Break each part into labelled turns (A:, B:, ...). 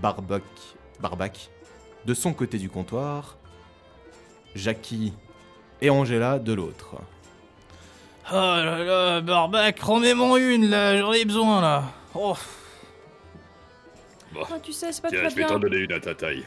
A: Barbac, Barbac. De son côté du comptoir, Jackie et Angela de l'autre.
B: Oh là là, Barbac, remets-moi une là, j'en ai besoin là. Oh,
C: Oh, tu sais, c'est pas
D: Tiens,
C: très
D: je vais
C: bien.
D: t'en donner une à ta taille.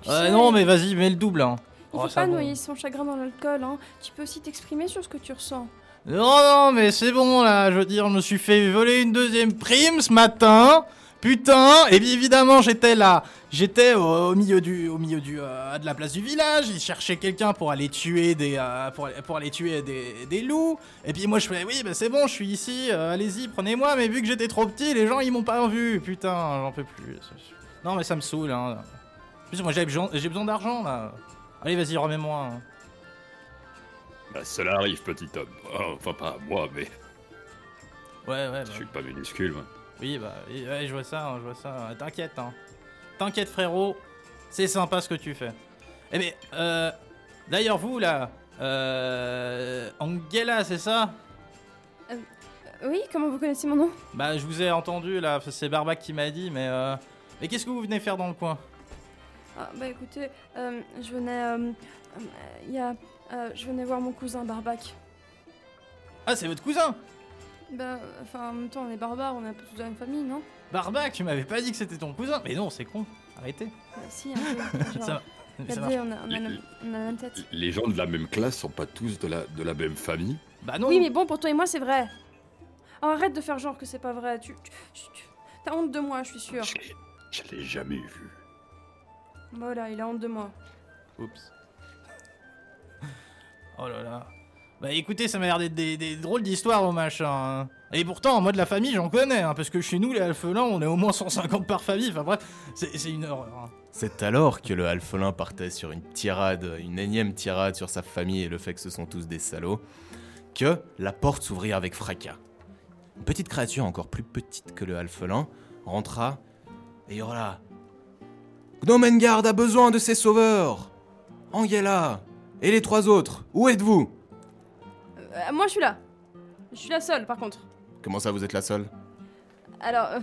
C: Tu
B: Ah
C: sais,
B: non, mais vas-y, mets le double. Hein.
C: Il
B: Oh,
C: faut
B: ça
C: pas
B: va.
C: noyer son chagrin dans l'alcool, hein. Tu peux aussi t'exprimer sur ce que tu ressens.
B: Non, non, mais c'est bon là, je veux dire, je me suis fait voler une deuxième prime ce matin. Putain, et bien évidemment j'étais là, j'étais au, au milieu du, au milieu du, euh, de la place du village. Ils cherchaient quelqu'un pour aller tuer des, euh, pour, aller- pour aller tuer des, des loups. Et puis moi je fais, oui, bah c'est bon, je suis ici, euh, allez-y, prenez-moi. Mais vu que j'étais trop petit, les gens ils m'ont pas vu. Putain, j'en peux plus. Non mais ça me saoule. Hein. En plus moi j'ai besoin, j'ai besoin d'argent là. Allez, vas-y, remets-moi.
D: Bah, cela arrive, petit homme. Oh, Enfin, pas à moi, mais
B: Ouais, ouais. bah.
D: je suis pas minuscule. moi.
B: Oui, bah, oui, ouais, je vois ça, hein, je vois ça. T'inquiète, hein. T'inquiète, frérot. C'est sympa ce que tu fais. Eh mais, euh, d'ailleurs, vous, là, euh, Angela, c'est ça
C: Euh, Oui, comment vous connaissez mon nom
B: Bah, je vous ai entendu, là, c'est Barbac qui m'a dit, mais, euh, mais qu'est-ce que vous venez faire dans le coin
C: Ah, Bah écoutez, euh, je venais. euh, euh, Il y a. euh, je venais voir mon cousin Barbac.
B: Ah, c'est votre cousin
C: Bah, enfin, en même temps, on est barbares, on est un peu tous dans la même famille, non
B: Barbac, tu m'avais pas dit que c'était ton cousin Mais non, c'est con, arrêtez.
C: Bah, Si, un peu. genre,
B: Ça va. ça marche.
C: Regardez, on a, on, a la, on a la même tête.
D: Les gens de la même classe sont pas tous de la, de la même famille.
B: Bah non,
C: Oui, mais bon, pour toi et moi, c'est vrai. Oh, arrête de faire genre que c'est pas vrai. Tu, tu- tu- tu- t'as honte de moi, je suis sûre.
D: Je, l'ai- je l'ai jamais vu.
C: Voilà, il a honte de moi.
B: Oups. Oh là là. Bah écoutez, ça m'a l'air d'être des, des drôles d'histoires au machin. hein. Et pourtant, moi de la famille, j'en connais, hein, parce que chez nous, les Alphelins, on est au moins 150 par famille. Enfin bref, c'est c'est une horreur. hein.
A: C'est alors que le alphelin partait sur une tirade, une énième tirade sur sa famille et le fait que ce sont tous des salauds, que la porte s'ouvrit avec fracas. Une petite créature encore plus petite que le alphelin rentra et hurla Gnomengard a besoin de ses sauveurs Angela Et les trois autres Où êtes-vous
C: Euh, moi, je suis là. Je suis la seule, par contre.
A: Comment ça, vous êtes la seule
C: Alors. euh,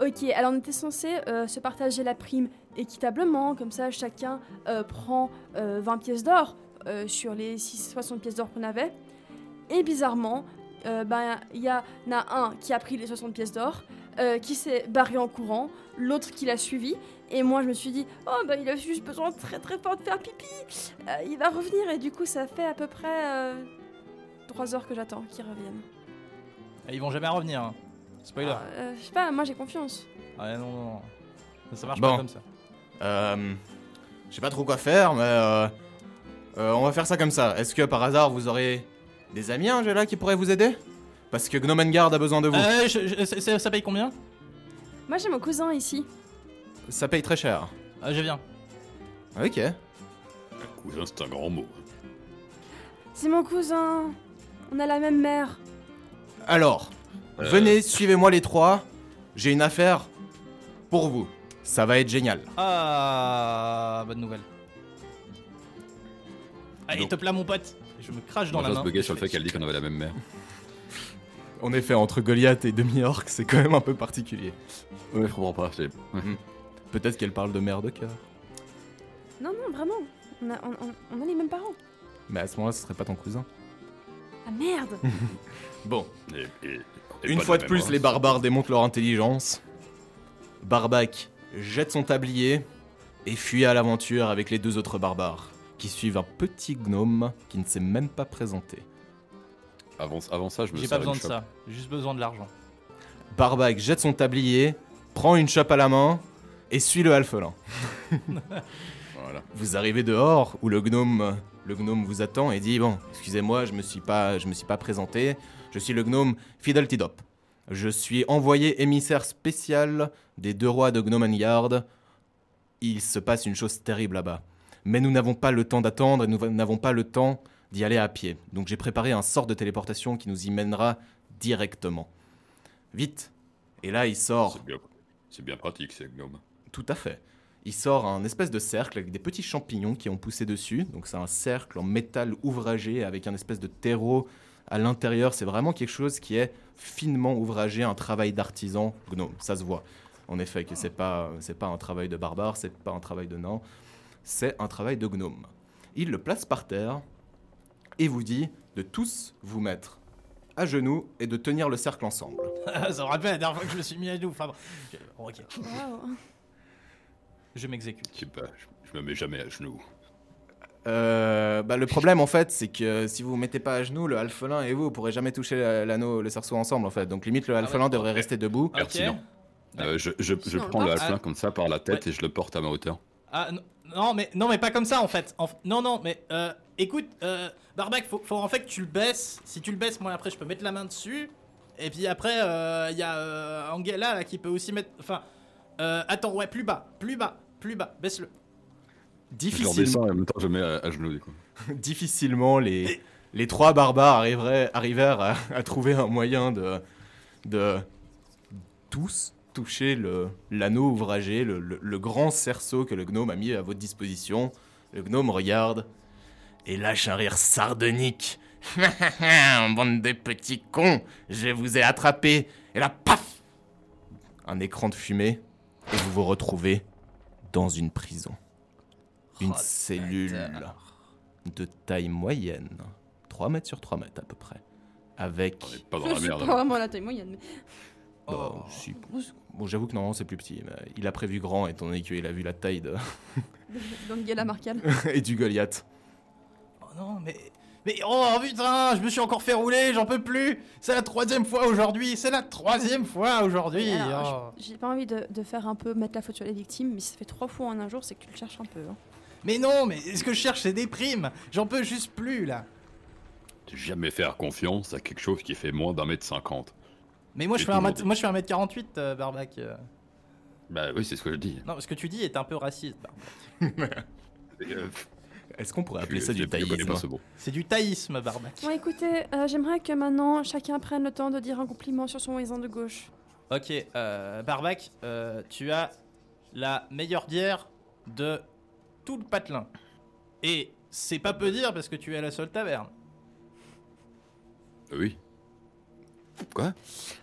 C: Ok, alors on était censé euh, se partager la prime équitablement, comme ça chacun euh, prend euh, 20 pièces d'or euh, sur les 6, 60 pièces d'or qu'on avait. Et bizarrement, euh, ben, il y en a, un qui a pris les 60 pièces d'or, euh, qui s'est barré en courant, l'autre qui l'a suivi, et moi je me suis dit, oh ben il a juste besoin très très fort de faire pipi, Euh, il va revenir, et du coup ça fait à peu près 3 heures que j'attends qu'il revienne.
B: Et ils vont jamais revenir. hein. Spoiler.
C: Euh, je sais pas, moi j'ai confiance.
D: Ah.
B: Ouais, non, non, non. Ça, Ça marche
A: Bon.
B: pas comme ça.
A: Euh. Je sais pas trop quoi faire, mais. euh, euh, on va faire ça comme ça. Est-ce que par hasard vous aurez des amis, Angela, qui pourraient vous aider Parce que Gnomengard a besoin de vous.
B: Euh, je- je- c'est- c'est- ça paye combien
C: Moi j'ai mon cousin ici.
A: Ça paye très cher.
B: Ah, Je viens.
A: Ok.
D: Un cousin, c'est un grand mot. hein.
C: C'est mon cousin. On a la même mère.
A: Alors,
D: Euh.
A: venez, suivez-moi les trois. J'ai une affaire pour vous. Ça va être génial.
B: Ah, bonne nouvelle. Allez,
D: Donc-
B: top là, mon pote. Je me crache dans
D: On
B: la
D: va se
B: main.
D: bugger sur le fait qu'elle dit qu'on avait la même mère.
A: En effet, entre Goliath et demi-orc, c'est quand même un peu particulier.
D: Ouais, je comprends pas. c'est-
A: Peut-être qu'elle parle de mère de cœur.
C: Non, non, vraiment. On a, on, on- on a les mêmes parents.
A: Mais à ce moment-là, ce serait pas ton cousin.
C: Ah merde
A: Bon,
D: Et- et- on est
A: Une
D: pas
A: fois
D: la
A: de
D: même
A: plus,
D: race.
A: les barbares démontent leur intelligence. Barbac jette son tablier et fuit à l'aventure avec les deux autres barbares, qui suivent un petit gnome qui ne s'est même pas présenté.
D: Avant, avant ça, je me
B: J'ai
D: sers
B: pas
D: une
B: besoin de
D: chope.
B: ça. J'ai juste besoin de l'argent.
A: Barbac jette son tablier, prend une chope à la main et suit le alphelin.
D: Voilà.
A: Vous arrivez dehors où le gnome, le gnome vous attend et dit bon, excusez-moi, je me suis pas, je me suis pas présenté. Je suis le gnome Fideltidop. Je suis envoyé émissaire spécial des deux rois de Gnomengard. Il se passe une chose terrible là-bas. Mais nous n'avons pas le temps d'attendre et nous va- n'avons pas le temps d'y aller à pied. Donc j'ai préparé un sort de téléportation qui nous y mènera directement. Vite. Et là, il sort
D: C'est bien, c'est bien pratique, ces gnomes.
A: tout à fait. Il sort un espèce de cercle avec des petits champignons qui ont poussé dessus. Donc c'est un cercle en métal ouvragé avec un espèce de terreau à l'intérieur. C'est vraiment quelque chose qui est finement ouvragé, un travail d'artisan gnome, ça se voit. en effet, que c'est pas, c'est pas un travail de barbare, c'est pas un travail de nain, c'est un travail de gnome. Il le place par terre et vous dit de tous vous mettre à genoux et de tenir le cercle ensemble.
B: Ah, Ça me rappelle la dernière fois que je me suis mis à genoux. Enfin, bon. Je- bon, ok.
C: Waouh.
B: Je m'exécute.
D: Je sais pas, je, je me mets jamais à genoux.
A: Euh, bah, le problème en fait, c'est que si vous vous mettez pas à genoux, le alphelin et vous, vous pourrez jamais toucher la- l'anneau, le cerceau ensemble en fait. Donc limite, le alphelin devrait rester debout.
B: Ok.
D: Pertinent. Euh, je, je, je
C: Sinon, on le
D: prends le
C: porte.
D: halfling comme ça par la tête et je le porte à ma hauteur.
B: Ah, n- non, mais, non, mais pas comme ça en fait. En f- non, non, mais euh, écoute, euh, Barbac, faut, faut en fait que tu le baisses. Si tu le baisses, moi après je peux mettre la main dessus. Et puis après, il y a euh, Angela là, qui peut aussi mettre. Enfin, euh, attends, ouais, plus bas, plus bas, plus bas, baisse-le.
D: Je le
A: Difficilement,
D: redescends et en même temps je me mets à, à genoux du coup.
A: difficilement les, les trois barbares arriveraient, arrivèrent à, à trouver un moyen de, de tous toucher le- l'anneau ouvragé, le, le- le grand cerceau que le gnome a mis à votre disposition. Le gnome regarde et lâche un rire sardonique. Bande de petits cons, je vous ai attrapés. Et là, paf Un écran de fumée et vous vous retrouvez dans une prison. Une
B: Oh,
A: cellule
B: bâtard.
A: de taille moyenne, 3 mètres sur 3 mètres à peu près, avec...
D: On est pas dans
C: Je
D: la
C: suis
D: merde. hein.
C: pas
D: là.
C: vraiment à la taille moyenne. mais-
A: Bah,
B: Oh.
A: si. Bon, j'avoue que normalement c'est plus petit, mais il a prévu grand étant donné qu'il a vu la taille de...
C: Donc Gala Marcal.
A: et du Goliath.
B: Oh non, mais. Mais oh putain, je me suis encore fait rouler, j'en peux plus. C'est la troisième fois aujourd'hui, c'est la troisième fois aujourd'hui.
C: Alors,
B: oh.
C: J'ai pas envie de, de faire un peu mettre la faute sur les victimes, mais si ça fait trois fois en un jour, c'est que tu le cherches un peu. hein.
B: Mais non, mais ce que je cherche, c'est des primes. J'en peux juste plus là.
D: J'ai Jamais faire confiance à quelque chose qui fait moins d'un mètre cinquante.
B: Mais moi je,
D: Et
B: fais un mètre-
D: toujours.
B: moi je fais 1m48, euh, Barbac. euh.
D: Bah oui, c'est ce que je dis.
B: Non, ce que tu dis est un peu raciste. Barbac.
D: Euh,
A: Est-ce qu'on pourrait
D: je-
A: appeler ça
D: je-
A: du
D: je connais
A: taillisme
D: pas ce mot.
B: C'est du taïsme, Barbac.
C: Bon, écoutez, euh, j'aimerais que maintenant chacun prenne le temps de dire un compliment sur son voisin de gauche.
B: Ok, euh, Barbac, euh, tu as la meilleure bière de tout le patelin. Et c'est pas peu dire parce que tu es à la seule taverne.
D: Euh, Oui. Quoi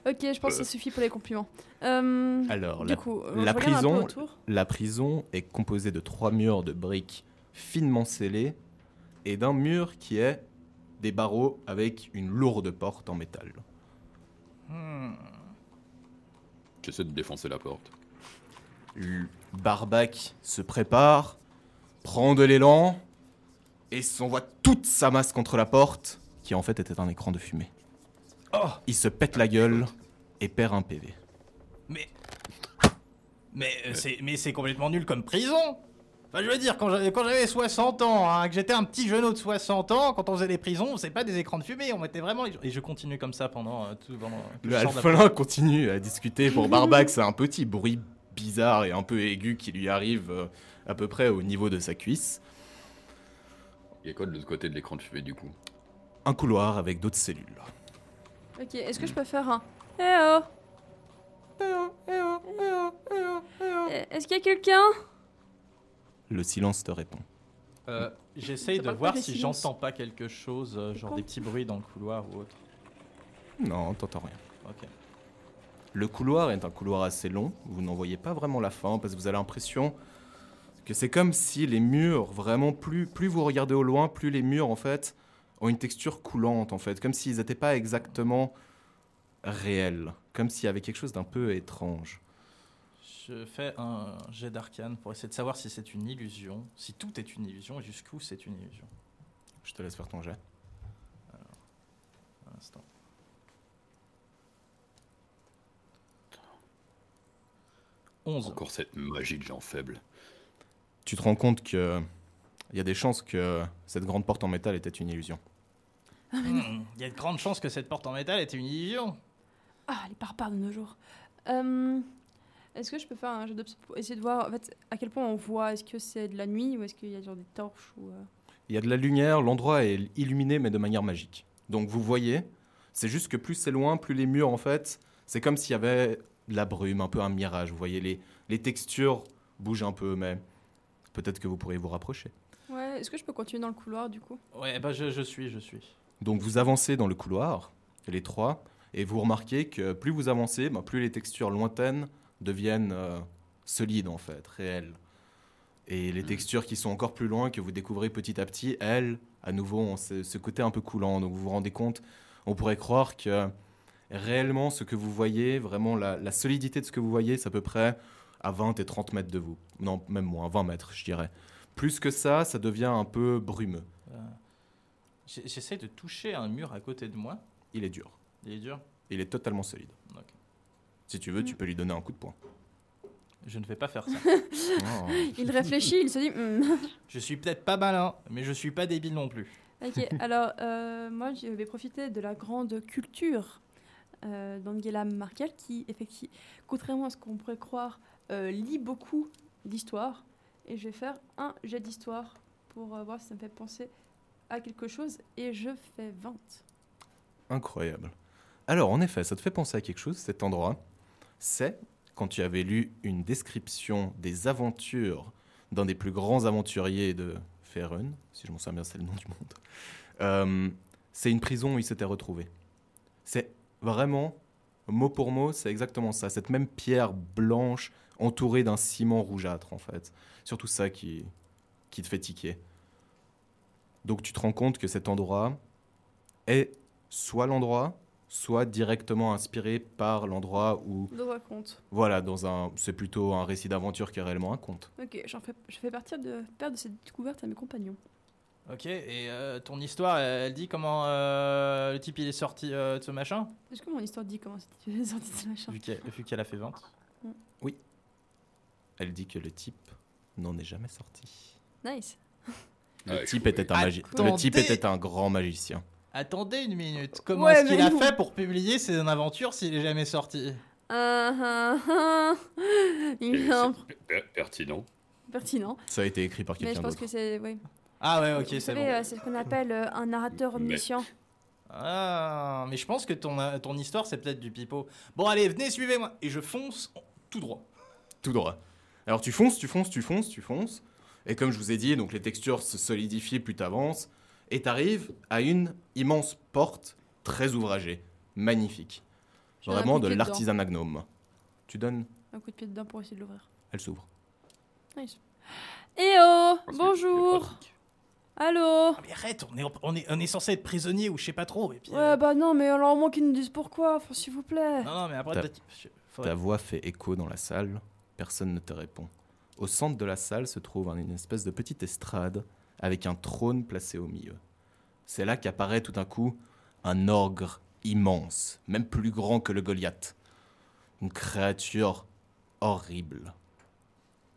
C: Ok, je pense que ça suffit pour les compliments. Euh,
A: Alors,
C: du
A: la,
C: coup, euh,
A: la
C: je regarde un peu
A: prison,
C: autour.
A: la prison est composée de trois murs de briques finement scellés et d'un mur qui est des barreaux avec une lourde porte en métal.
B: Hmm.
D: J'essaie de défoncer la porte.
A: Le Barbac se prépare, prend de l'élan et s'envoie toute sa masse contre la porte, qui en fait était un écran de fumée.
B: Oh,
A: Il se pète la gueule et perd un PV.
B: mais. Mais euh, c'est mais c'est complètement nul comme prison Enfin, je veux dire, quand j'avais quand j'avais 60 ans, hein, que j'étais un petit jeune de 60 ans, quand on faisait des prisons, c'est pas des écrans de fumée, on mettait vraiment. les gens- Et je continue comme ça pendant euh, tout. Pendant, que
A: Le
B: je sors de la
A: alphelin continue à discuter. Pour Barbac, c'est un petit bruit bizarre et un peu aigu qui lui arrive euh, à peu près au niveau de sa cuisse.
D: Il y a quoi de l'autre côté de l'écran de fumée du coup
A: Un couloir avec d'autres cellules.
C: Ok, est-ce que je peux faire un Eh oh Eh, Est-ce qu'il y a quelqu'un
A: Le silence te répond.
B: Euh, J'essaye
C: Ça
B: de
C: parle pas
B: voir
C: des
B: si
C: silences.
B: j'entends pas quelque chose, euh, genre
C: con.
B: des petits bruits dans le couloir ou autre.
A: Non, t'entends rien.
B: Ok.
A: Le couloir est un couloir assez long, vous n'en voyez pas vraiment la fin parce que vous avez l'impression que c'est comme si les murs, vraiment, plus, plus vous regardez au loin, plus les murs en fait ont une texture coulante en fait, comme s'ils n'étaient pas exactement réels, comme s'il y avait quelque chose d'un peu étrange.
B: Je fais un jet d'arcane pour essayer de savoir si c'est une illusion, si tout est une illusion et jusqu'où c'est une illusion.
A: Je te laisse faire ton jet.
B: Un instant. Onze.
D: Encore cette magie de gens faibles.
A: Tu te rends compte que il y a des chances que cette grande porte en métal était une illusion.
B: Hmm, Il y a de grandes chances que cette porte en métal était une illusion.
C: Ah, les barbares de nos jours. Euh, est-ce que je peux faire un jeu d'obs pour essayer de voir en fait, à quel point on voit Est-ce que c'est de la nuit ou est-ce qu'il y a genre des torches ou euh,
A: Il y a de la lumière, l'endroit est illuminé mais de manière magique. Donc vous voyez, c'est juste que plus c'est loin, plus les murs en fait, c'est comme s'il y avait de la brume, un peu un mirage. Vous voyez, les, les textures bougent un peu, mais peut-être que vous pourriez vous rapprocher.
C: Ouais, est-ce que je peux continuer dans le couloir du coup
B: Ouais, bah je, je suis, je suis.
A: Donc vous avancez dans le couloir, les trois, et vous remarquez que plus vous avancez, ben, plus les textures lointaines deviennent euh, solides en fait, réelles. Et les textures qui sont encore plus loin, que vous découvrez petit à petit, elles, à nouveau, ont ce, ce côté un peu coulant. Donc vous vous rendez compte, on pourrait croire que réellement ce que vous voyez, vraiment la, la solidité de ce que vous voyez, c'est à peu près à 20 et 30 mètres de vous. Non, même moins, 20 mètres, je dirais. Plus que ça, ça devient un peu brumeux.
B: J'ai- J'essaie de toucher un mur à côté de moi.
A: Il est dur.
B: Il est dur.
A: Il est totalement solide.
B: Ok.
A: Si tu veux, tu
C: Mm.
A: peux lui donner un coup de poing.
B: Je ne vais pas faire ça.
A: Oh.
C: Il réfléchit, il se dit. Hmm.
B: je suis peut-être pas malin, mais je suis pas débile non plus.
C: Ok, alors euh, moi je vais profiter de la grande culture euh, d'Angela Merkel qui, effectivement, contrairement à ce qu'on pourrait croire, euh, lit beaucoup d'histoire. Et je vais faire un jet d'histoire pour euh, voir si ça me fait penser à quelque chose. Et je fais 20.
A: Incroyable. Alors, en effet, ça te fait penser à quelque chose, cet endroit. C'est quand tu avais lu une description des aventures d'un des plus grands aventuriers de Ferun, si je m'en souviens bien, c'est le nom du monde. Euh, c'est une prison où il s'était retrouvé. C'est vraiment, mot pour mot, c'est exactement ça. Cette même pierre blanche entourée d'un ciment rougeâtre, en fait. Surtout ça qui, qui te fait tiquer. Donc tu te rends compte que cet endroit est soit l'endroit, soit directement inspiré par l'endroit où,
C: Donc raconte.
A: voilà, dans un, c'est plutôt un récit d'aventure qui est réellement un conte.
C: Ok, j'en fais, je fais partir de, part de cette découverte à mes compagnons.
B: Ok, et euh, ton histoire, elle dit comment euh, le type il est sorti euh, de ce machin
C: Est-ce que mon histoire dit comment c'était sorti ce machin
B: Vu qu'elle vu qu'elle a fait 20.
A: Elle dit que le type n'en est jamais sorti.
C: Nice.
A: Le
D: Ouais,
A: type
D: cool.
A: était un magi-
B: Attendez.
A: le type était un grand magicien.
B: Attendez une minute, comment
C: Ouais,
B: est-ce qu'il
C: mais
B: a
C: non.
B: fait pour publier ses aventures s'il est jamais sorti
C: Ah, ah, ah.
D: Et
C: Il est un-
D: c'est per- Pertinent.
C: pertinent.
A: Ça a été écrit par
C: Mais je
A: quelqu'un
C: pense
A: d'autre.
C: que c'est. Oui.
B: Ah ouais,
C: Vous
B: ok, c'est
C: savez,
B: bon.
C: euh, c'est ce qu'on appelle euh, un narrateur
D: Mais-
C: omniscient.
B: Ah, mais je pense que ton, euh, ton histoire, c'est peut-être du pipeau. Bon, allez, venez, suivez-moi. Et je fonce tout droit.
A: Tout droit. Alors tu fonces, tu fonces, tu fonces, tu fonces. Et comme je vous ai dit, donc les textures se solidifient plus t'avances. Et t'arrives à une immense porte très ouvragée, magnifique.
C: Je donne un
A: Vraiment
C: coup
A: de
C: pied dedans.
A: l'artisanat gnome. Tu donnes,
C: Un coup de pied dedans pour essayer de l'ouvrir.
A: elle s'ouvre.
C: Nice. Eh
A: Ah,
C: oh
D: Parce que c'est
C: Bonjour
D: pratique.
C: Allô
B: Ah, mais arrête, on est, on est, on est censé être prisonnier ou je sais pas trop. Et puis, euh,
C: Ouais, bah non, mais alors au moins qu'ils nous disent pourquoi, enfin, s'il vous plaît.
A: Ah.
B: Non, non, mais après,
A: T'as-
B: peut-être- je- faudrait-
A: Ta voix fait écho dans la salle, personne ne te répond. Au centre de la salle se trouve un- une espèce de petite estrade avec un trône placé au milieu. C'est là qu'apparaît tout d'un coup un orgre immense, même plus grand que le Goliath. Une créature horrible.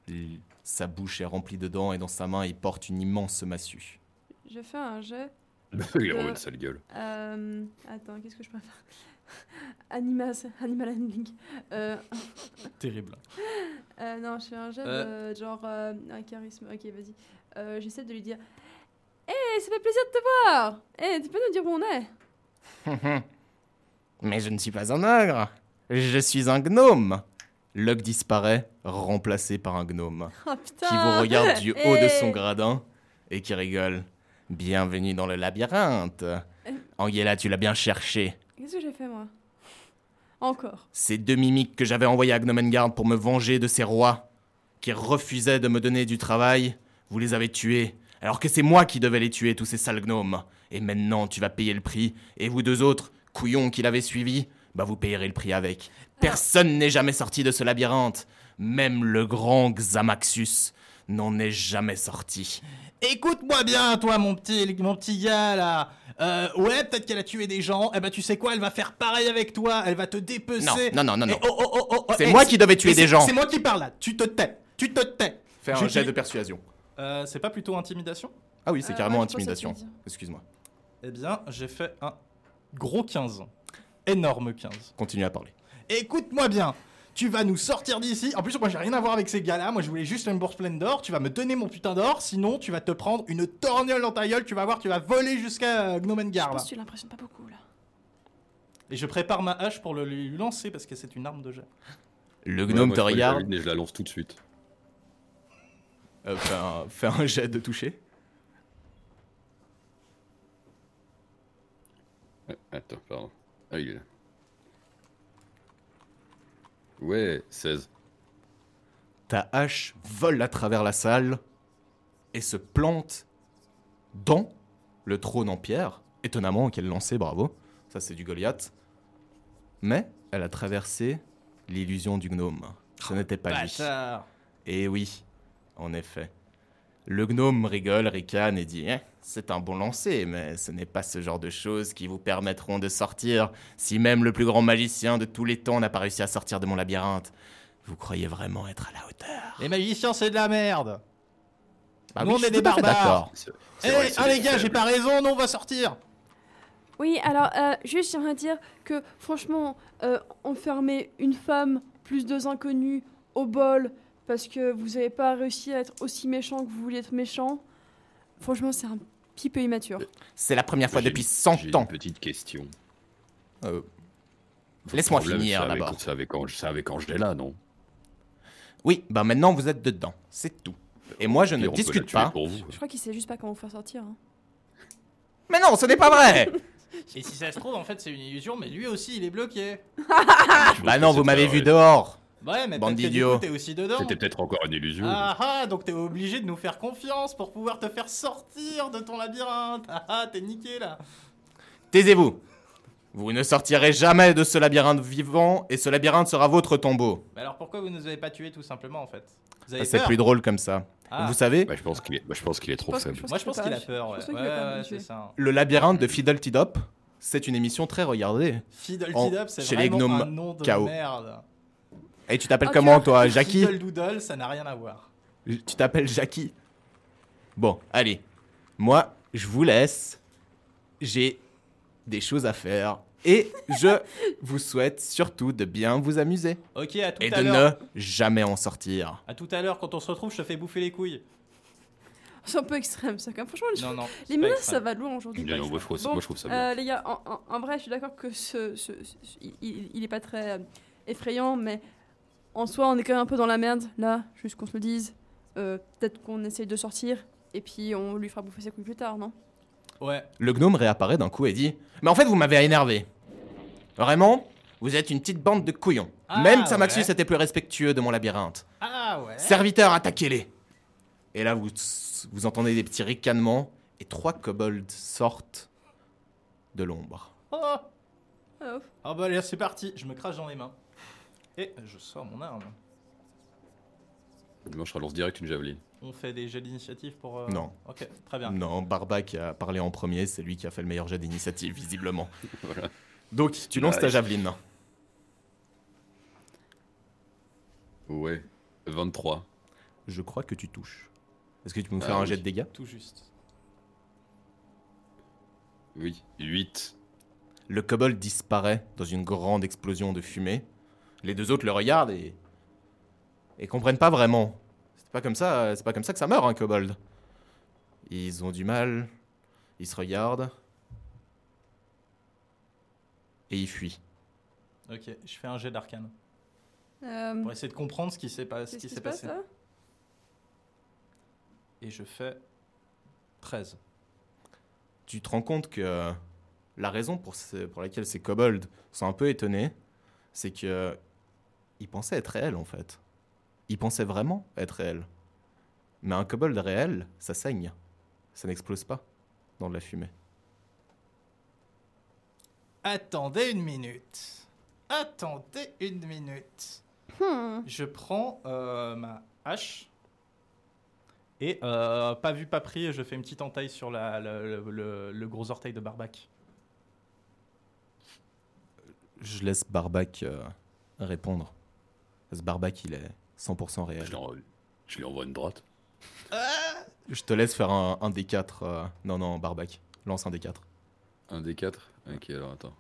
A: Il- Sa bouche est remplie de dents et dans sa main il porte une immense massue.
C: J'ai fait un jet.
D: Il a une sale gueule.
C: Euh, attends, qu'est-ce que je peux faire Animal, animal handling. Euh,
B: Terrible.
C: Euh, non, je fais un jet
B: Euh.
C: de genre euh, un charisme. Ok, vas-y. Euh, J'essaie de lui dire Hé, ça fait plaisir de te voir Hé, tu peux nous dire où on est
A: Mais je ne suis pas un ogre, je suis un gnome. L'ogre disparaît, remplacé par un gnome.
C: Oh putain
A: qui vous regarde du haut de son
C: Eh.
A: gradin et qui rigole. Bienvenue dans le labyrinthe. Angela, tu l'as bien cherché.
C: Qu'est-ce que j'ai fait moi Encore.
A: Ces deux mimiques que j'avais envoyées à Gnomengard pour me venger de ces rois qui refusaient de me donner du travail, vous les avez tués, alors que c'est moi qui devais les tuer, tous ces sales gnomes. Et maintenant, tu vas payer le prix, et vous deux autres, couillons qui l'avez suivi, bah vous payerez le prix avec. Personne n'est jamais sorti de ce labyrinthe, même le grand Xamaxus n'en est jamais sorti.
B: Écoute-moi bien, toi, mon petit, mon petit gars, là. Euh, ouais, peut-être qu'elle a tué des gens. Eh ben, tu sais quoi, elle va faire pareil avec toi. Elle va te dépecer.
A: Non, non, non, non,
B: Eh,
A: non.
B: oh, oh, oh, oh, oh,
A: C'est
B: eh,
A: moi qui devais tuer
B: eh,
A: des
B: c'est-
A: gens.
B: C'est moi qui parle, là. Tu te tais. Tu te tais.
A: Fais
B: Je
A: un jet
B: dis-
A: de persuasion.
B: Euh, c'est pas plutôt intimidation
A: Ah oui, c'est
C: Euh,
A: carrément
C: ouais, je pense que ça
A: intimidation.
C: te dit.
A: Excuse-moi.
B: Eh bien, j'ai fait un gros 15. Énorme 15.
A: Continue à parler.
B: Écoute-moi bien. Tu vas nous sortir d'ici. En plus, moi, j'ai rien à voir avec ces gars-là. Moi, je voulais juste une bourse pleine d'or. Tu vas me donner mon putain d'or. Sinon, tu vas te prendre une torgnole dans ta gueule. Tu vas voir, tu vas voler jusqu'à euh,
C: Je
B: Gnomengar.
C: pense
B: là.
C: que tu l'impressionnes pas beaucoup là.
B: Et je prépare ma hache pour le lui lancer parce que c'est une arme de jet.
A: Le
D: Ouais,
A: gnome
D: moi,
A: te
D: je prends les
A: regarde.
D: Javines Et je la lance tout de suite.
A: Euh, fais, un, fais un jet de toucher.
D: Ah, Attends, pardon. Ah, il est là. Ouais, 16.
A: Ta hache vole à travers la salle et se plante dans le trône en pierre, étonnamment qu'elle lançait, bravo, ça c'est du Goliath. Mais elle a traversé l'illusion du gnome. Ce n'était pas lui.
B: Bâtard.
A: Et Eh oui, en effet. Le gnome rigole, ricane et dit Eh, C'est un bon lancer, mais ce n'est pas ce genre de choses qui vous permettront de sortir si même le plus grand magicien de tous les temps n'a pas réussi à sortir de mon labyrinthe. Vous croyez vraiment être à la
D: Ah.
A: hauteur
B: Les magiciens, c'est de la merde.
A: Bah
B: Nous, on
A: je
B: est
A: suis
B: des
A: tout à fait
B: barbares.
A: d'accord.
D: C'est-
B: Eh,
D: c'est vrai, c'est
B: ah les
D: des
B: gars, j'ai
D: faibles.
B: pas raison, non, on va sortir.
C: Oui, alors, euh, juste, j'aimerais dire que, franchement, euh, enfermer une femme plus deux inconnus au bol parce que vous n'avez pas réussi à être aussi méchant que vous voulez être méchant, franchement, c'est un petit peu immature.
A: C'est la première fois
D: J'ai-
A: depuis
D: j'ai
A: 100 ans.
D: Une petite question.
A: Euh,
D: Votre
A: Laisse-moi
D: problème,
A: finir,
D: c'est avec-
A: d'abord.
D: C'est avec, Ange- c'est avec Angela, non
A: oui, bah maintenant vous êtes dedans, c'est tout. Et moi je
D: Pire,
A: ne
D: on peut la
A: discute
D: tuer
A: pas. Ah,
D: Pour vous.
C: Je crois qu'il sait juste pas comment vous faire sortir. hein.
A: Mais non, ce n'est pas vrai
B: Et si ça se trouve, en fait, c'est une illusion, mais lui aussi, il est bloqué.
D: Je
A: Bah
D: pense
A: non,
D: que
A: vous
D: c'est
A: m'avez
D: ça,
A: vu
D: ouais.
A: dehors.
B: Ouais, mais
A: Bande
B: peut-être que du
A: d'idiots.
B: coup, t'es aussi dedans.
D: C'était peut-être encore une illusion.
B: Ah ah, donc t'es obligé de nous faire confiance pour pouvoir te faire sortir de ton labyrinthe. Ah ah, t'es niqué là.
A: Taisez-vous Vous ne sortirez jamais de ce labyrinthe vivant et ce labyrinthe sera votre tombeau.
B: Mais alors pourquoi vous nous avez pas tués tout simplement en fait Vous avez
A: Ça, Ah, C'est
B: peur
A: plus drôle comme ça.
B: Ah.
A: Vous savez,
D: Bah, je pense qu'il est, bah, je pense qu'il est trop
C: pense que-
D: faible.
C: je pense
B: Moi je pense qu'il a peur, ouais.
C: Je pense
B: Ouais,
C: qu'il a peur de
B: ouais,
C: nous
B: c'est
C: tuer.
B: ça.
A: le labyrinthe de Fiddle Tidop, c'est une émission très regardée.
B: Fiddle
A: En-
B: Diddle, c'est
A: chez
B: vraiment
A: les gnomes
B: un nom de
A: KO.
B: merde.
A: Et tu t'appelles
C: Ah,
A: comment
C: tu-
A: toi, Euh, Jackie
B: Fiddle Doodle, ça n'a rien à voir.
A: Tu t'appelles Jackie Bon, allez. Moi, je vous laisse. J'ai des choses à faire. Et je vous souhaite surtout de bien vous amuser.
B: Ok, à tout
A: et
B: à
A: de
B: l'heure.
A: ne jamais en sortir.
B: À tout à l'heure, quand on se retrouve, je te fais bouffer les couilles.
C: C'est un peu extrême, ça, quand même. Franchement, les,
B: Non, non. c'est
C: les
B: pas
C: menaces,
B: extrême.
C: ça va de loin aujourd'hui.
D: Non, non, moi, je trouve,
C: Bon,
D: moi, je trouve ça bien.
C: Euh, les gars, en, en- en vrai, je suis d'accord que ce, ce- ce- il, il- il est pas très euh, effrayant, mais en soi, on est quand même un peu dans la merde, là, juste qu'on se le dise. Euh, Peut-être qu'on essaye de sortir, et puis on lui fera bouffer ses couilles plus tard, non
B: Ouais.
A: Le gnome réapparaît d'un coup et dit Mais en fait, vous m'avez énervé. Vraiment Vous êtes une petite bande de couillons.
B: Ah,
A: Même Samaxus
B: ouais.
A: était plus respectueux de mon labyrinthe.
B: Ah ouais.
A: Serviteurs, attaquez-les Et là, vous, vous entendez des petits ricanements et trois kobolds sortent de l'ombre.
B: Oh,
C: Oh.
B: Ah bah allez, c'est parti. Je me crache dans les mains. Et je sors mon arme.
D: Dimanche, je relance direct une javeline.
B: On fait des jeux d'initiative pour. euh,
A: Non.
B: Ok, très bien.
A: Non, Barba qui a parlé en premier, c'est lui qui a fait le meilleur jet d'initiative, visiblement. Donc, tu lances ta
D: Nice.
A: javeline.
D: Ouais. 23.
A: Je crois que tu touches. Est-ce que tu peux me
D: Ah
A: faire un
D: oui.
A: jet de dégâts
B: Tout juste.
D: Oui. 8.
A: Le kobold disparaît dans une grande explosion de fumée. Les deux autres le regardent et. et comprennent pas vraiment. C'est pas comme ça, c'est pas comme ça que ça meurt un kobold. Ils ont du mal. Ils se regardent. Et ils fuient.
B: Ok, je fais un jet d'arcane.
C: Euh,
B: Pour essayer de comprendre ce qui s'est pas- ce
C: Qu'est-ce
B: qui
C: qui
B: s'est
C: se passe
B: passé.
C: là
B: Et je fais 13.
A: Tu te rends compte que la raison pour, ce- pour laquelle ces kobolds sont un peu étonnés, c'est que ils pensaient être réels en fait. Ils pensaient vraiment être réels. Mais un kobold réel, ça saigne. Ça n'explose pas dans de la fumée.
B: Attendez une minute. Attendez une minute.
C: Hmm.
B: Je prends euh, ma hache. Et euh, pas vu, pas pris, je fais une petite entaille sur la, le, le- le- le gros orteil de Barbac.
A: Je laisse Barbac euh, répondre. Parce que Barbac, il est 100% réel.
D: Je, l'en- je lui envoie une droite.
A: Je te laisse faire un, un D4. euh, Non, non, Barbac. Lance un D4.
D: Un des 4. Ok, alors attends.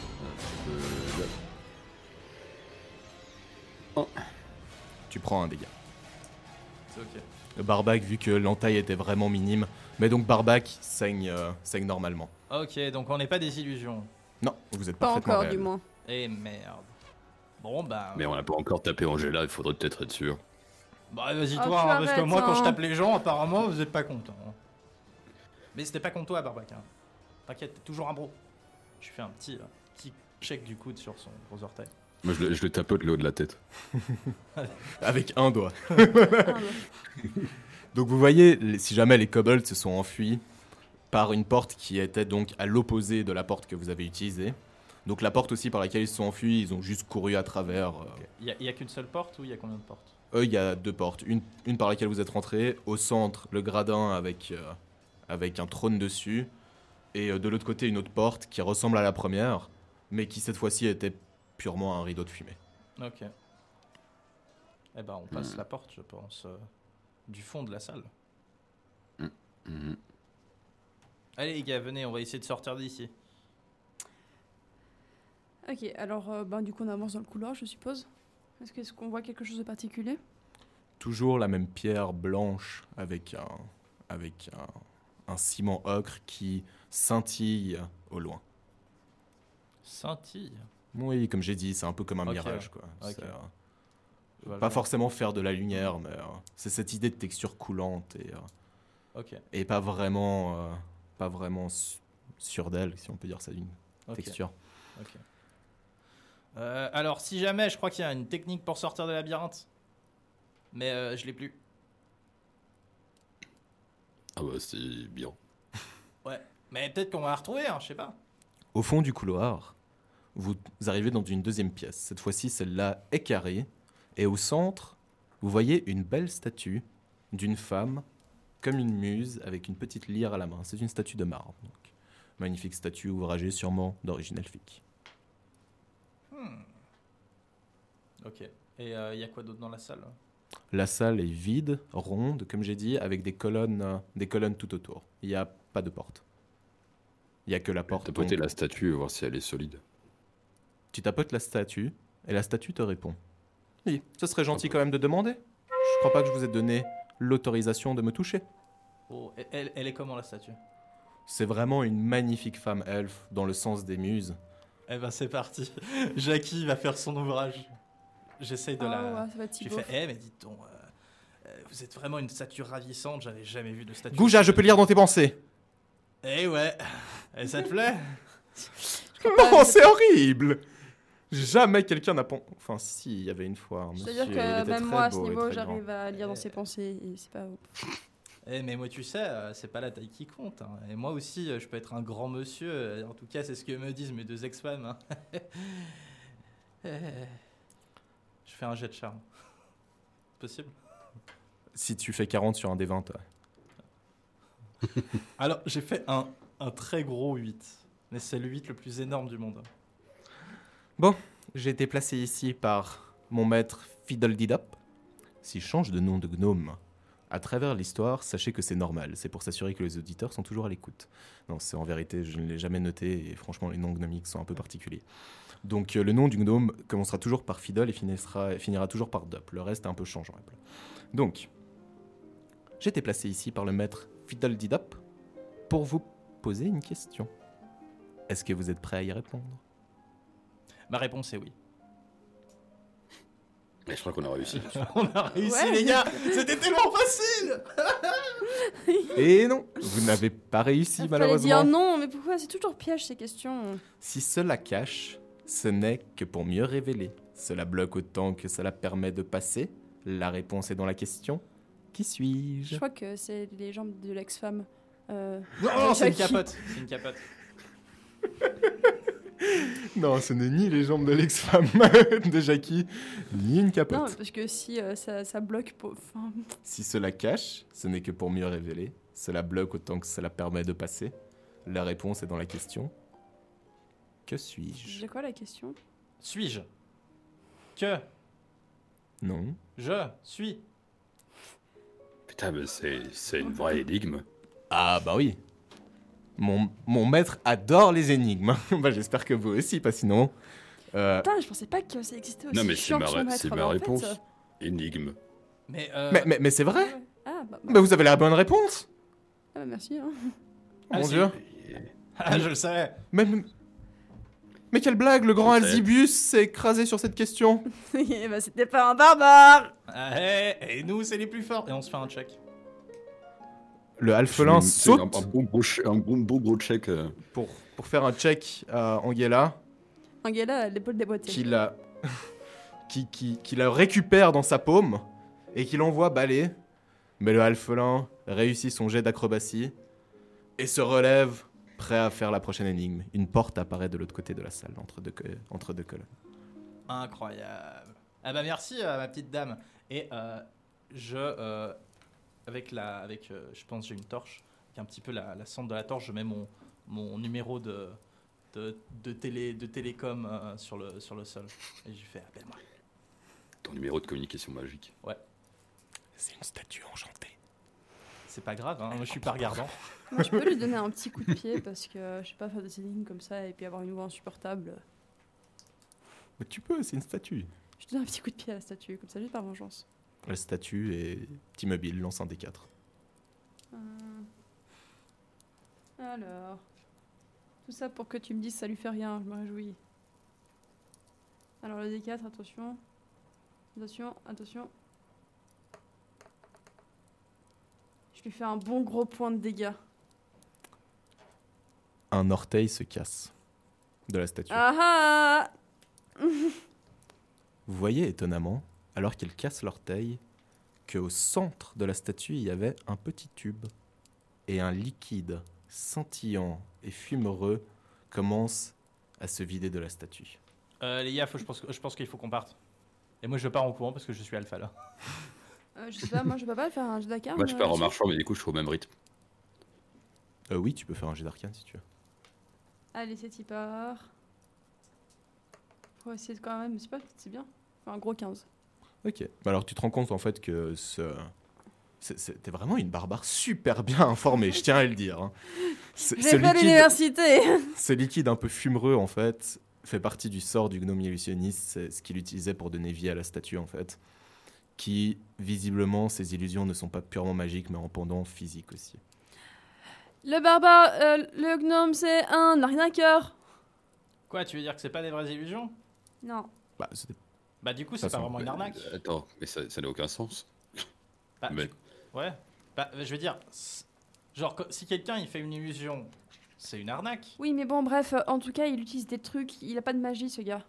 A: Tu prends un dégât.
B: C'est ok.
A: Barbac, vu que l'entaille était vraiment minime. Mais donc Barbac saigne, euh, saigne normalement.
B: Ok, donc on n'est pas des illusions.
A: Non, vous êtes
C: Pas
A: parfaitement
C: encore,
A: réel.
C: du moins.
B: Eh merde. Bon
A: Ah.
B: bah.
D: Mais on n'a pas encore tapé Angela, il faudrait peut-être être sûr.
B: Bah vas-y toi,
C: Ah, tu
B: hein, parce que
C: arrêtes,
B: moi quand je
C: hein.
B: tape les gens, apparemment vous êtes pas content. hein. Mais c'était pas contre toi, Barbac. hein. euh, T'inquiète, t'es toujours un bro. Je fais un petit, un petit check du coude sur son gros orteil.
D: Moi, je le, je le tapote le haut de la tête.
A: Avec un doigt.
C: Ah, bah.
A: Donc vous voyez, les- si jamais les kobolds se sont enfuis par une porte qui était donc à l'opposé de la porte que vous avez utilisée. Donc la porte aussi par laquelle ils se sont enfuis, ils ont juste couru à travers. euh.
B: Il y a, il y a qu'une seule porte ou il y a combien de portes
A: Eux, il y a deux portes. Une, une par laquelle vous êtes rentrés, au centre, le gradin avec, euh, avec un trône dessus, et euh, de l'autre côté, une autre porte qui ressemble à la première, mais qui cette fois-ci était purement un rideau de fumée.
B: Ok. Eh ben, on passe la porte, je pense, euh, du fond de la salle.
D: Mhm.
B: Allez, les gars, venez, on va essayer de sortir d'ici.
C: Ok, alors euh, ben, du coup on avance dans le couloir, je suppose. Est-ce que- est-ce qu'on voit quelque chose de particulier
A: toujours la même pierre blanche avec un, avec un, un ciment ocre qui scintille au loin.
B: Scintille.
A: Oui, comme j'ai dit, c'est un peu comme un
B: Ok,
A: mirage. Quoi.
B: ok.
A: C'est, euh,
B: Je vois le
A: pas
B: genre.
A: forcément faire de la lumière, mais euh, c'est cette idée de texture coulante et, euh,
B: Ok,
A: et pas vraiment, euh, pas vraiment su- sûre d'elle, si on peut dire ça d'une
B: ok.
A: texture.
B: ok. Euh, alors, si jamais, je crois qu'il y a une technique pour sortir des labyrinthes. Mais euh, je l'ai plus.
D: Ah bah, c'est bien.
B: Mais peut-être qu'on va la retrouver, hein, je sais pas.
A: Au fond du couloir, vous arrivez dans une deuxième pièce. Cette fois-ci, celle-là est carrée. Et au centre, vous voyez une belle statue d'une femme, comme une muse, avec une petite lyre à la main. C'est une statue de marbre. donc. Magnifique statue ouvragée sûrement d'origine elfique.
B: Ok. Et euh, il y a quoi d'autre dans la salle
A: La salle est vide, ronde, comme j'ai dit, avec des colonnes, euh, des colonnes tout autour. Il n'y a pas de porte. Il n'y a que la porte.
D: Tapoter
A: donc.
D: la statue, voir si elle est solide.
A: Tu tapotes la statue et la statue te répond. Oui, ce serait gentil
D: Ah bah.
A: quand même de demander. Je crois pas que je vous ai donné l'autorisation de me toucher.
B: Oh, elle, elle est comment la statue
A: C'est vraiment une magnifique femme elfe dans le sens des muses.
B: Eh ben, c'est parti. Jackie va faire son ouvrage. J'essaye de la.
C: Ah ouais, ça va être
B: J'ai
C: Thibaut.
B: fait, eh, mais dites donc, euh, euh, vous êtes vraiment une statue ravissante, j'avais jamais vu de
C: Ah,
B: statue.
A: Gouja, je peux lire dans tes pensées.
B: Eh ouais, et ça te plaît
C: Ah,
A: Non, Oh, c'est horrible. Jamais quelqu'un n'a pen- Enfin, si, il y avait une fois. un monsieur,
C: C'est-à-dire
A: il était
C: que
A: très
C: même moi à ce
A: beau et
C: niveau
A: très grand.
C: j'arrive à lire dans
B: Euh,
C: ses pensées et c'est pas...
B: Eh, mais moi, tu sais, euh, c'est pas la taille qui compte. hein. Et moi aussi, euh, je peux être un grand monsieur. euh, En tout cas, c'est ce que me disent mes deux ex-femmes. hein. Euh, je fais un jet de charme. C'est possible
A: Si tu fais 40 sur un des 20, ouais.
B: Alors, j'ai fait un, un très gros 8. Mais c'est le 8 le plus énorme du monde.
A: J'ai été placé ici par mon maître Fiddledidop. S'il change de nom de gnome à travers l'histoire, sachez que c'est normal. C'est pour s'assurer que les auditeurs sont toujours à l'écoute. Non, c'est en vérité, je ne l'ai jamais noté et franchement, les noms gnomiques sont un peu particuliers. Donc, euh, le nom du gnome commencera toujours par Fiddle et finira, finira toujours par Dop. Le reste est un peu changeable. Donc, j'ai été placé ici par le maître Fiddledidop pour vous poser une question. Est-ce que vous êtes prêt à y répondre
B: Ma réponse est oui.
D: Mais je crois qu'on a réussi.
B: On a réussi,
C: Ouais.
B: les gars C'était tellement facile
A: Et non, vous n'avez pas réussi
C: Il fallait dire
A: malheureusement.
C: non, mais pourquoi c'est toujours piège ces questions
A: Si cela cache, ce n'est que pour mieux révéler. Cela bloque autant que cela permet de passer. La réponse est dans la question. Qui
C: Je
A: suis-je
C: crois que c'est les jambes de l'ex-femme. Euh,
B: Non,
A: Ah,
B: non, c'est une
C: Jackie.
B: capote. C'est une capote.
A: Non, ce n'est ni les jambes de l'ex-femme de Jackie, ni une
C: Non,
A: capote.
C: parce que si euh, ça, ça bloque... Pour... Enfin,
A: Si cela cache, ce n'est que pour mieux révéler. Cela bloque autant que cela permet de passer. La réponse est dans la question. Que suis-je
C: j'ai quoi la question
B: Suis-je Que
A: Non.
B: je suis
D: Putain, mais c'est c'est une vraie énigme.
A: Ah bah oui. Mon, mon maître adore les énigmes. bah j'espère que vous aussi, pas sinon. Euh,
C: Putain, je pensais pas que ça existait aussi
D: Ah. Non, mais c'est
C: chiant
D: ma,
C: que son maître,
D: c'est
C: mais
D: ma
C: en fait,
D: réponse.
C: euh,
D: Énigme.
B: Mais, euh,
A: mais mais, mais c'est vrai
C: Ah, bah, bah,
A: Bah vous avez la bonne réponse
C: ah, bah, merci. hein.
A: Oh
B: Ah,
A: Mon
B: si.
A: dieu.
B: Ah, je le savais.
A: Mais, mais- mais quelle blague, le grand
D: Je sais.
A: Alzibus s'est écrasé sur cette question.
C: Eh bah, c'était pas un barbare
B: Ah, hey, et nous, c'est les plus forts. Et on se fait un check.
A: Le alphelin
D: C'est un, un
A: saute
D: bon gros, che- un bon, bon gros check. euh.
A: pour, pour faire un check à Angela,
C: Angela, l'épaule déboîtée.
A: qui la qui, qui- qui la récupère dans sa paume et qui l'envoie balayer. Mais le halfelin réussit son jet d'acrobatie et se relève, prêt à faire la prochaine énigme. Une porte apparaît de l'autre côté de la salle, entre deux, que- entre deux colonnes.
B: Incroyable. Ah bah merci euh, ma petite dame. Et euh, je euh, avec la avec euh, je pense j'ai une torche avec un petit peu la, la cendre de la torche je mets mon mon numéro de de, de télé de télécom euh, sur le sur le sol et je lui fais appelle-moi.
D: Ton numéro de communication magique.
A: C'est une statue enchantée.
B: C'est pas grave hein, moi, je suis pas regardant.
C: Moi, je peux lui donner un petit coup de pied parce que euh, je sais pas faire des lignes comme ça et puis avoir une voix insupportable.
A: Mais tu peux, c'est une statue.
C: Je te donne un petit coup de pied à la statue, comme ça, juste par vengeance.
A: La statue est immobile, lance un des quatre.
C: Euh, Alors. Tout ça pour que tu me dises ça lui fait rien, je me réjouis. Alors le D4, attention. Attention, attention. Je lui fais un bon gros point de dégâts.
A: Un orteil se casse de la statue.
C: Ah ah
A: Vous voyez étonnamment, alors qu'il casse l'orteil, qu'au centre de la statue, il y avait un petit tube. Et un liquide scintillant et fumereux commence à se vider de la statue.
B: Euh, les gars faut, je pense que- je pense qu'il faut qu'on parte. Et moi je pars en courant parce que je suis alpha là.
C: Euh, Je sais pas, moi je peux pas faire un jeu d'arcane.
D: Moi, je
C: euh,
D: pars en
C: là-dessus
D: marchant, mais du coup, je suis au même rythme.
A: Euh, oui, tu peux faire un jet d'arcane si tu veux.
C: Allez, c'est y part. Faut essayer de quand même, c'est pas, c'est bien. Enfin, un gros 15.
A: Ok. Bah alors tu te rends compte en fait que ce... c'est- c'est- T'es vraiment une barbare super bien informée, je tiens à le dire. hein. Ce- ce
C: J'ai fait
A: liquide-
C: l'université
A: Ce liquide un peu fumereux, en fait, fait partie du sort du gnome illusionniste, c'est ce qu'il utilisait pour donner vie à la statue, en fait. Qui, visiblement, ses illusions ne sont pas purement magiques, mais en pendant physique aussi.
C: Le barbare, euh, le gnome, c'est un arnaqueur.
B: Quoi tu veux dire que c'est pas des vraies illusions
C: Non.
A: Bah, c'était-
B: Bah du coup c'est
A: Ça
B: pas
A: semble-
B: vraiment une arnaque.
D: Euh, Attends, mais ça ça n'a aucun sens.
B: Bah,
D: Mais-
B: du- Ouais. Bah, je veux dire, c- genre, co- si quelqu'un il fait une illusion, c'est une arnaque.
C: Oui, mais bon, bref, euh, en tout cas, il utilise des trucs. Il a pas de magie, ce gars.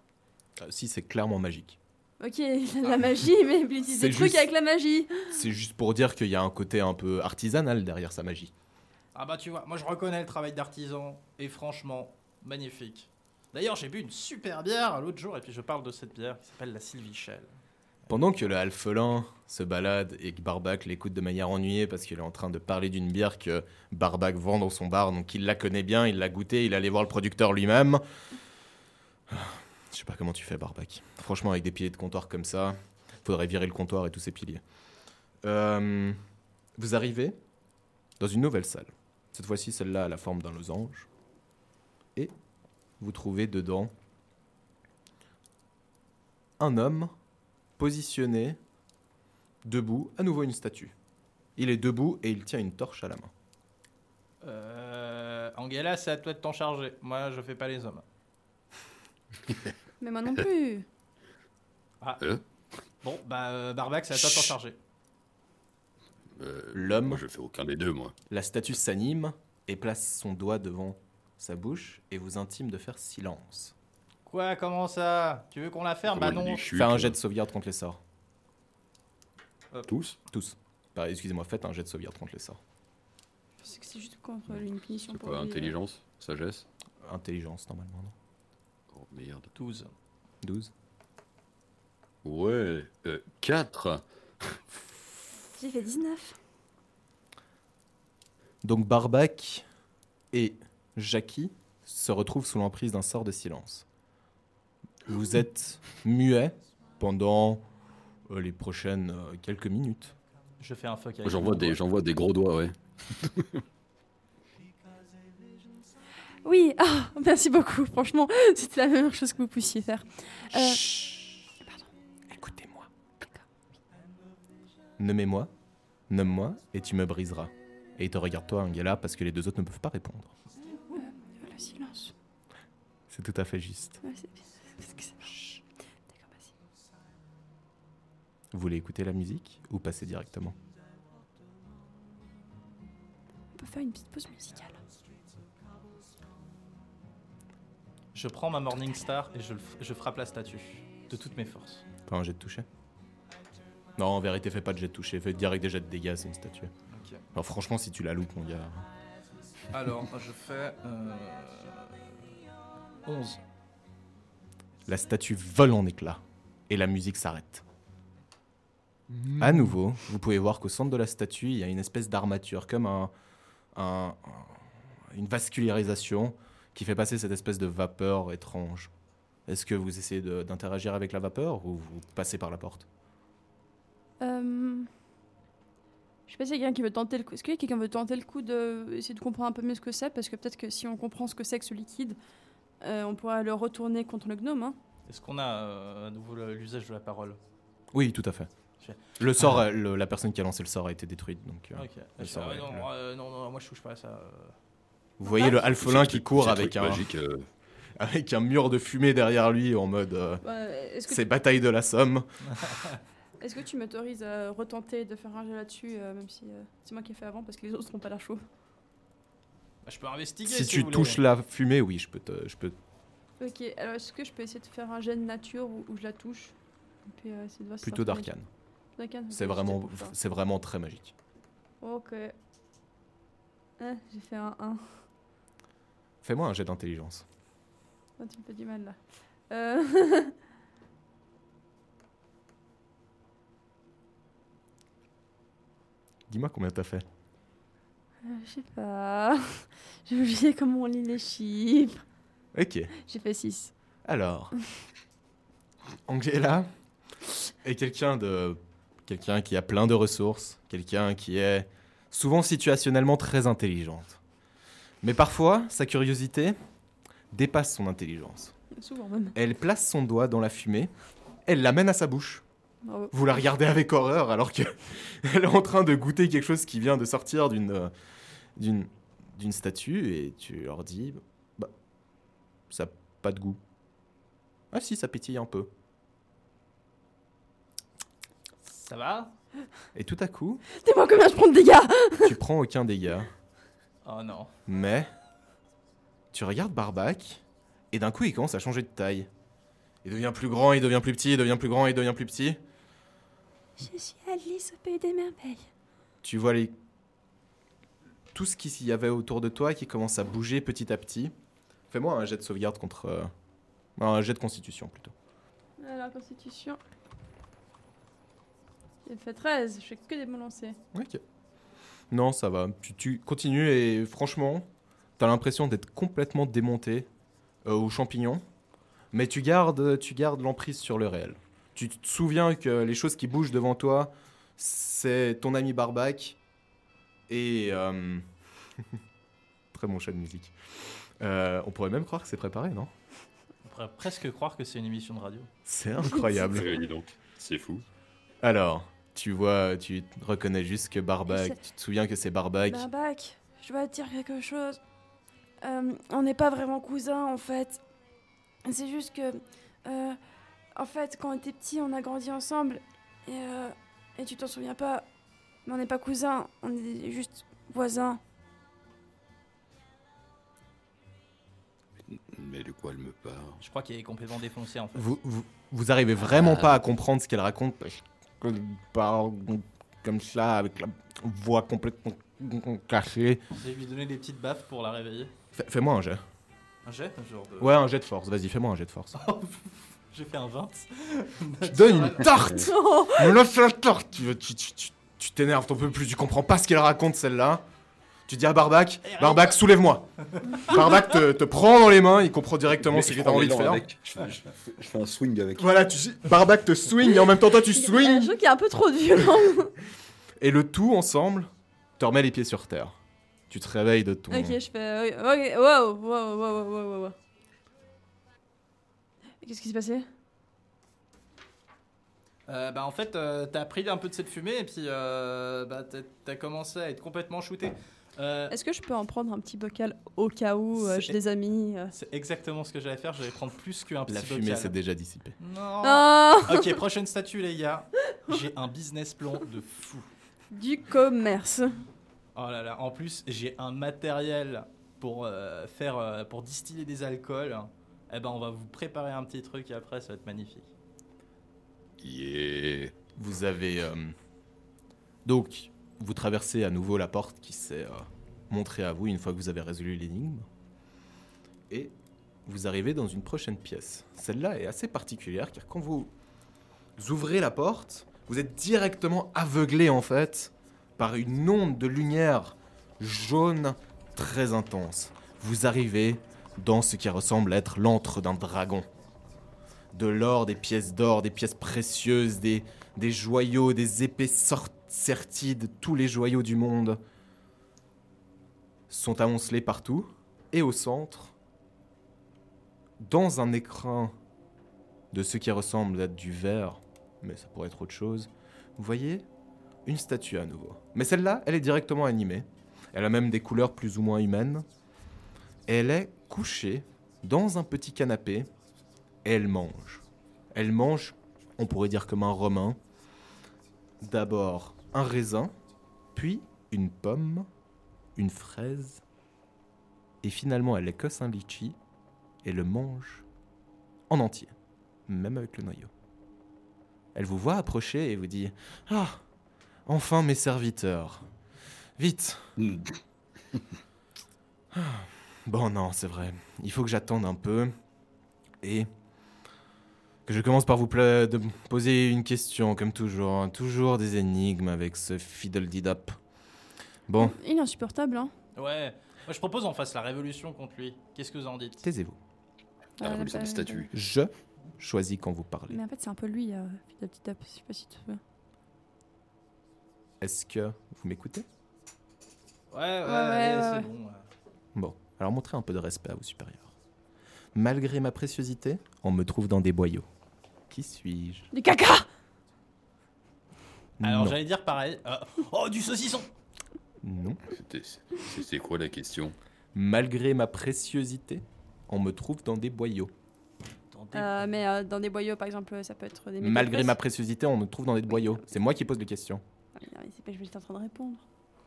A: euh, si, c'est clairement magique.
C: Ok, il a de la magie, mais il utilise des
A: Ah. C'est
C: trucs
A: juste-
C: avec la magie.
A: C'est juste pour dire qu'il y a un côté un peu artisanal derrière sa magie.
B: Ah bah tu vois, moi je reconnais le travail d'artisan et franchement, magnifique. D'ailleurs, j'ai bu une super bière l'autre jour et puis je parle de cette bière qui s'appelle la Sylvichelle.
A: Pendant que le halfelin se balade et que Barbac l'écoute de manière ennuyée parce qu'il est en train de parler d'une bière que Barbac vend dans son bar, donc il la connaît bien, il l'a goûtée, il allait voir le producteur lui-même. Ah, Je sais pas comment tu fais, Barbac. Franchement, avec des piliers de comptoir comme ça, faudrait virer le comptoir et tous ses piliers. Euh, vous arrivez dans une nouvelle salle. Cette fois-ci, celle-là a la forme d'un losange. Et vous trouvez dedans un homme positionné, debout, à nouveau une statue. Il est debout et il tient une torche à la main.
B: Euh, Angela, c'est à toi de t'en charger. Moi, je fais pas les hommes.
C: Mais moi non plus.
B: Bon, bah, euh, Barbac, c'est à toi de t'en
D: Chut.
B: charger.
D: Euh,
A: L'homme.
D: Moi, je fais aucun des deux, moi.
A: La statue s'anime et place son doigt devant sa bouche et vous intime de faire silence.
B: Quoi, comment ça Tu veux qu'on la ferme Bah
D: Comment
B: non.
D: il chute,
A: Fais un
D: euh,
A: jet de sauvegarde contre les sorts.
D: Tous
A: Tous. Bah, Excusez-moi, faites un jet de sauvegarde contre les sorts.
C: Je pensais que c'est juste contre une punition
D: C'est
C: pour
D: quoi,
C: lui. euh.
D: intelligence Sagesse
A: Intelligence, normalement, non
D: Oh merde.
B: 12.
A: 12
D: Ouais, euh, 4
C: J'ai fait 19.
A: Donc Barbac et Jackie se retrouvent sous l'emprise d'un sort de silence. Vous êtes muets pendant euh, les prochaines euh, quelques minutes.
B: Je fais un fuck avec
D: J'envoie
B: mon
D: des,
B: doigt.
D: j'envoie des gros doigts, ouais.
C: Oui, ah, merci beaucoup. Franchement, c'était la meilleure chose que vous poussiez faire. Euh,
A: Écoutez-moi. Nommez-moi, nomme-moi, et tu me briseras. Et te regarde-toi, Angela, parce que les deux autres ne peuvent pas répondre.
C: Euh, le silence.
A: C'est tout à fait juste.
C: Ouais, c'est- c'est- parce que c'est- D'accord, vas-y.
A: Vous voulez écouter la musique ou passer directement
C: On peut faire une petite pause musicale.
B: Je prends ma Morning Star et je, le f- je frappe la statue. de toutes mes forces.
A: Pas un jet de toucher. Non, en vérité, fais pas de jet de toucher. Fais direct des jets de dégâts, c'est une statue.
B: Ok.
A: Alors, franchement, si tu la loupes, mon gars.
B: Alors, je fais. euh, 11.
A: La statue vole en éclats et la musique s'arrête.
D: Hmm.
A: À nouveau, vous pouvez voir qu'au centre de la statue, il y a une espèce d'armature, comme un, un- un- une vascularisation qui fait passer cette espèce de vapeur étrange. Est-ce que vous essayez de- d'interagir avec la vapeur ou vous passez par la porte
C: Euh, Je sais pas si quelqu'un qui veut tenter le coup. Est-ce qu'il y a quelqu'un qui veut tenter le coup de essayer de comprendre un peu mieux ce que c'est Parce que peut-être que si on comprend ce que c'est que ce liquide, euh, on pourra le retourner contre le gnome. Hein.
B: Est-ce qu'on a euh, à nouveau le- l'usage de la parole
A: Oui, tout à fait.
B: Chef.
A: Le sort,
D: Ah.
A: euh, le- la personne qui a lancé le sort a été détruite. Donc, euh,
B: Ok.
A: le sort,
B: Ah,
A: ouais,
B: non,
A: ouais.
B: moi, euh, non, non, moi je touche pas à ça. euh.
A: Vous voyez le alphelin
D: Ah. C'est-
A: qui court
D: c'est
A: avec
D: truc
A: un,
D: Magique, euh,
A: avec un mur de fumée derrière lui en mode euh,
C: Ouais, Bah, Est-ce que,
A: c'est bataille de la Somme.
C: est-ce que tu m'autorises à retenter de faire un jeu là-dessus, euh, même si euh, c'est moi qui ai fait avant parce que les autres n'ont pas l'air chaud
B: Bah, je peux investiguer.
A: Si
B: vous
A: tu
B: voulez.
A: touches la fumée, oui, je peux te, je peux
C: Ok, alors est-ce que je peux essayer de faire un jet de nature où, où je la touche Et puis, euh, essayer de voir si ça
A: plutôt
C: reconnaît-
A: d'arcane.
C: d'arcane, ok,
A: C'est
C: c'était
A: vraiment,
C: pour ça.
A: c'est vraiment très magique.
C: Ok. Ah, j'ai fait un 1.
A: Fais-moi un jet d'intelligence.
C: Oh, tu me fais du mal là. Euh,
A: Dis-moi combien t'as fait.
C: Euh, je sais pas. J'ai oublié comment on lit les chiffres.
A: Ok.
C: J'ai fait 6.
A: Alors, Angela est quelqu'un de, quelqu'un qui a plein de ressources, quelqu'un qui est souvent situationnellement très intelligente. Mais parfois, sa curiosité dépasse son intelligence.
C: Souvent même.
A: Elle place son doigt dans la fumée, elle l'amène à sa bouche.
C: Bravo.
A: Vous la regardez avec horreur alors que elle est en train de goûter quelque chose qui vient de sortir d'une euh, d'une d'une statue et tu leur dis bah ça a pas de goût. Ah si, ça pétille un peu.
B: Ça va
A: Et tout à coup,
C: Dis-moi combien je prends de dégâts
A: tu prends aucun dégât,
B: Oh non.
A: mais tu regardes Barbac et d'un coup il commence à changer de taille. Il devient plus grand, il devient plus petit, il devient plus grand, il devient plus petit.
C: Je suis Alice au pays des merveilles.
A: tu vois les... tout ce qu'il y avait autour de toi qui commence à bouger petit à petit. Fais-moi un jet de sauvegarde contre... euh, non, un jet de constitution plutôt.
C: Alors, constitution. J'ai fait 13. Je fais que des bons lancers.
A: Ok. Non, ça va. Tu, tu continues et franchement, t'as l'impression d'être complètement démonté euh, aux champignons, mais tu gardes, tu gardes l'emprise sur le réel. Tu te souviens que les choses qui bougent devant toi, c'est ton ami Barbac et... euh, Très bon chat de musique. Euh, on pourrait même croire que c'est préparé, non
B: On pourrait presque croire que c'est une émission de radio.
A: C'est incroyable.
D: réunis donc. C'est fou.
A: Alors, tu vois, tu reconnais juste que
C: Et
A: Barbac, tu te souviens que c'est Barbac.
C: Bah Barbac, Ben, je dois te dire quelque chose. Euh, on n'est pas vraiment cousins en fait. C'est juste que, euh, en fait, quand on était petit, on a grandi ensemble. Et, euh, et tu t'en souviens pas. Mais on n'est pas cousins, on est juste voisins.
D: Mais de quoi elle me parle
B: Je crois qu'il est complètement défoncé en fait.
A: Vous, vous, vous arrivez vraiment pas à comprendre ce qu'elle raconte parce qu'elle parle comme ça, avec la voix complètement cachée.
B: Je vais lui donner des petites baffes pour la réveiller.
A: Fais- Fais-moi un jet.
B: Un jet un genre de...
A: Ouais, un jet de force. Vas-y, fais-moi un jet de force.
B: J'ai fait un 20.
A: Tu donnes une tarte Me lance la tarte Tu tu- tu- tu- tu t'énerves, t'en peux plus, tu comprends pas ce qu'elle raconte celle-là. Tu dis à Barbac, Barbac, soulève-moi Barbac te, te prend dans les mains, il comprend directement ce que t'as envie de faire.
E: Je fais, je fais- je fais un swing avec.
A: Voilà, tu, Barbac te swing et en même temps toi tu swing
C: qu'il y a un peu trop de violence.
A: Et le tout ensemble te remet les pieds sur terre. Tu te réveilles de ton.
C: je fais. euh, Ok, wow, wow, wow, wow, wow, wow. Qu'est-ce qui s'est passé
B: Euh, bah en fait, euh, t'as pris un peu de cette fumée et puis euh, bah, t'as- t'as commencé à être complètement shooté. Euh,
C: Est-ce que je peux en prendre un petit bocal au cas où
B: euh, j'ai C'est- des
C: amis
B: c'est exactement ce que j'allais faire, j'allais prendre plus qu'un petit
A: La
B: bocal.
A: fumée s'est déjà dissipée.
B: Non
C: Oh
B: Ok, prochaine statue les gars. J'ai un business plan de fou.
C: Du commerce.
B: Oh là là, en plus j'ai un matériel pour euh, faire euh, pour distiller des alcools. Eh ben on va vous préparer un petit truc et après ça va être magnifique.
D: Yeah.
A: Vous avez. euh, Donc, vous traversez à nouveau la porte qui s'est euh, montrée à vous une fois que vous avez résolu l'énigme. Et vous arrivez dans une prochaine pièce. Celle-là est assez particulière car quand vous ouvrez la porte, vous êtes directement aveuglé en fait par une onde de lumière jaune très intense. Vous arrivez dans ce qui ressemble être l'antre d'un dragon. De l'or, des pièces d'or, des pièces précieuses, des, des joyaux, des épées sort- sorties de tous les joyaux du monde sont amoncelés partout et au centre, dans un écrin de ce qui ressemble à du verre, mais ça pourrait être autre chose, vous voyez une statue à nouveau. Mais celle-là, elle est directement animée. Elle a même des couleurs plus ou moins humaines. Et elle est couchée dans un petit canapé et elle mange. Elle mange on pourrait dire comme un romain. D'abord un raisin, puis une pomme, une fraise, et finalement elle écosse un litchi et le mange en entier, même avec le noyau. Elle vous voit approcher et vous dit Ah, enfin mes serviteurs. Vite Ah, Bon, non, c'est vrai. Il faut que j'attende un peu. Et que je commence par vous pla- de me poser une question, comme toujours. hein. Toujours des énigmes avec ce fiddle didap. Bon,
C: Il est insupportable, hein.
B: Ouais. Moi, je propose on fasse la révolution contre lui. Qu'est-ce que vous en dites
A: taisez-vous.
D: La
C: Ah,
D: révolution
C: bah,
D: des statues.
A: Je choisis quand vous parlez.
C: Mais en fait, c'est un peu lui, euh, petit à petit, je sais pas si tu te souviens.
A: Est-ce que vous m'écoutez
B: Ouais, ouais,
C: ouais,
B: allez,
C: ouais,
B: c'est
C: ouais.
B: bon. ouais.
A: Bon, alors montrez un peu de respect à vos supérieurs. Malgré ma préciosité, on me trouve dans des boyaux. Qui suis-je
C: Du caca
B: Alors,
A: non.
B: j'allais dire pareil. Euh, Oh, du saucisson
A: non.
D: C'était- c'est- C'est quoi la question
A: Malgré ma préciosité, on me trouve dans des boyaux.
C: Euh, Mais euh, dans des boyaux, par exemple, ça peut être des.
A: Malgré ma
C: mécapresses.
A: préciosité, on me trouve dans des boyaux. C'est moi qui pose les questions.
C: Ah, mais non, mais c'est pas, je suis en train de répondre.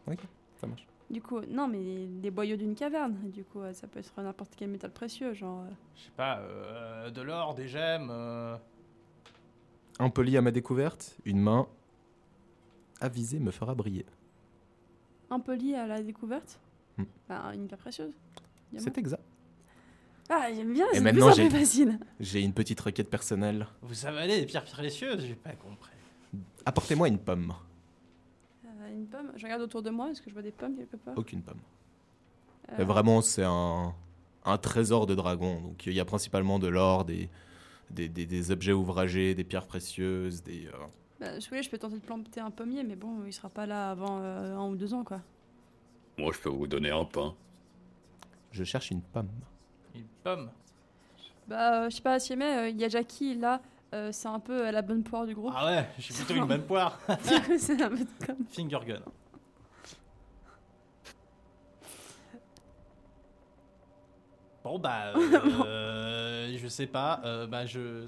A: Ok, ça marche.
C: Du coup, non, mais des boyaux d'une caverne. Du coup, euh, ça peut être n'importe quel métal précieux, genre. euh,
B: Je sais pas, euh, de l'or, des gemmes. euh,
A: Impoli à ma découverte, une main avisée me fera briller.
C: un peu lié à la découverte.
A: Hmm.
C: Enfin, une pierre précieuse. Diamant.
A: C'est exact.
C: Ah, j'aime bien,
A: Et
C: c'est de plus
A: maintenant,
C: en
A: j'ai-
C: plus facile.
A: J'ai une petite requête personnelle.
B: Vous avalez des pierres précieuses, j'ai pas compris.
A: Apportez-moi une pomme.
C: Euh, une pomme, je regarde autour de moi, est-ce que je vois des pommes quelque part
A: Aucune pomme.
C: Euh,
A: Mais Vraiment, c'est un, un trésor de dragon. Donc il y a principalement de l'or, des, des, des- des objets ouvragés, des pierres précieuses, des... euh,
C: bah, je, voulais, je peux tenter de planter un pommier, mais bon, il sera pas là avant euh, un ou deux ans, quoi.
D: Moi, je peux vous donner un pain.
A: Je cherche une pomme.
B: Une pomme.
C: Bah, euh, je sais pas, si mais euh, il y a Jackie, là, euh, c'est un peu euh, la bonne poire du groupe.
B: Ah ouais, je suis plutôt une bonne poire.
C: Du coup, c'est un peu comme.
B: Finger gun. Bon bah, euh, je sais pas, euh, bah je...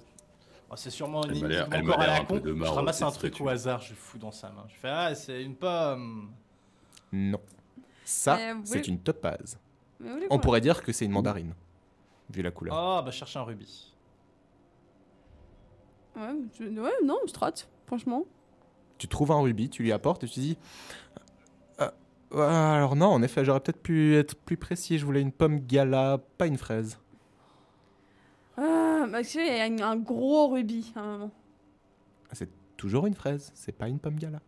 B: oh, c'est sûrement une
D: Elle m'a
B: énigme
D: l'air- elle m'a
B: encore à
D: l'air
B: la
D: un
B: con.
D: peu de
B: Je
D: marre,
B: ramasse un
D: cette
B: truc au
D: statue.
B: hasard, je le fous dans sa main. Je fais ah c'est une pomme.
A: Non. Ça,
C: Mais vous
A: c'est
C: voulez-
A: une topaze.
C: Mais oui,
A: On
C: voilà.
A: pourrait dire que c'est une mandarine, vu la couleur.
B: Oh bah cherche un rubis.
C: Ouais, je- ouais, non, on se trotte, franchement.
A: Tu trouves un rubis, tu lui apportes et tu dis... Ah, ah, alors non, en effet, j'aurais peut-être pu être plus précis. Je voulais une pomme gala, pas une fraise.
C: Ah, bah, tu sais, il y a une- un gros rubis à un moment.
A: Toujours une fraise, c'est pas une pomme gala.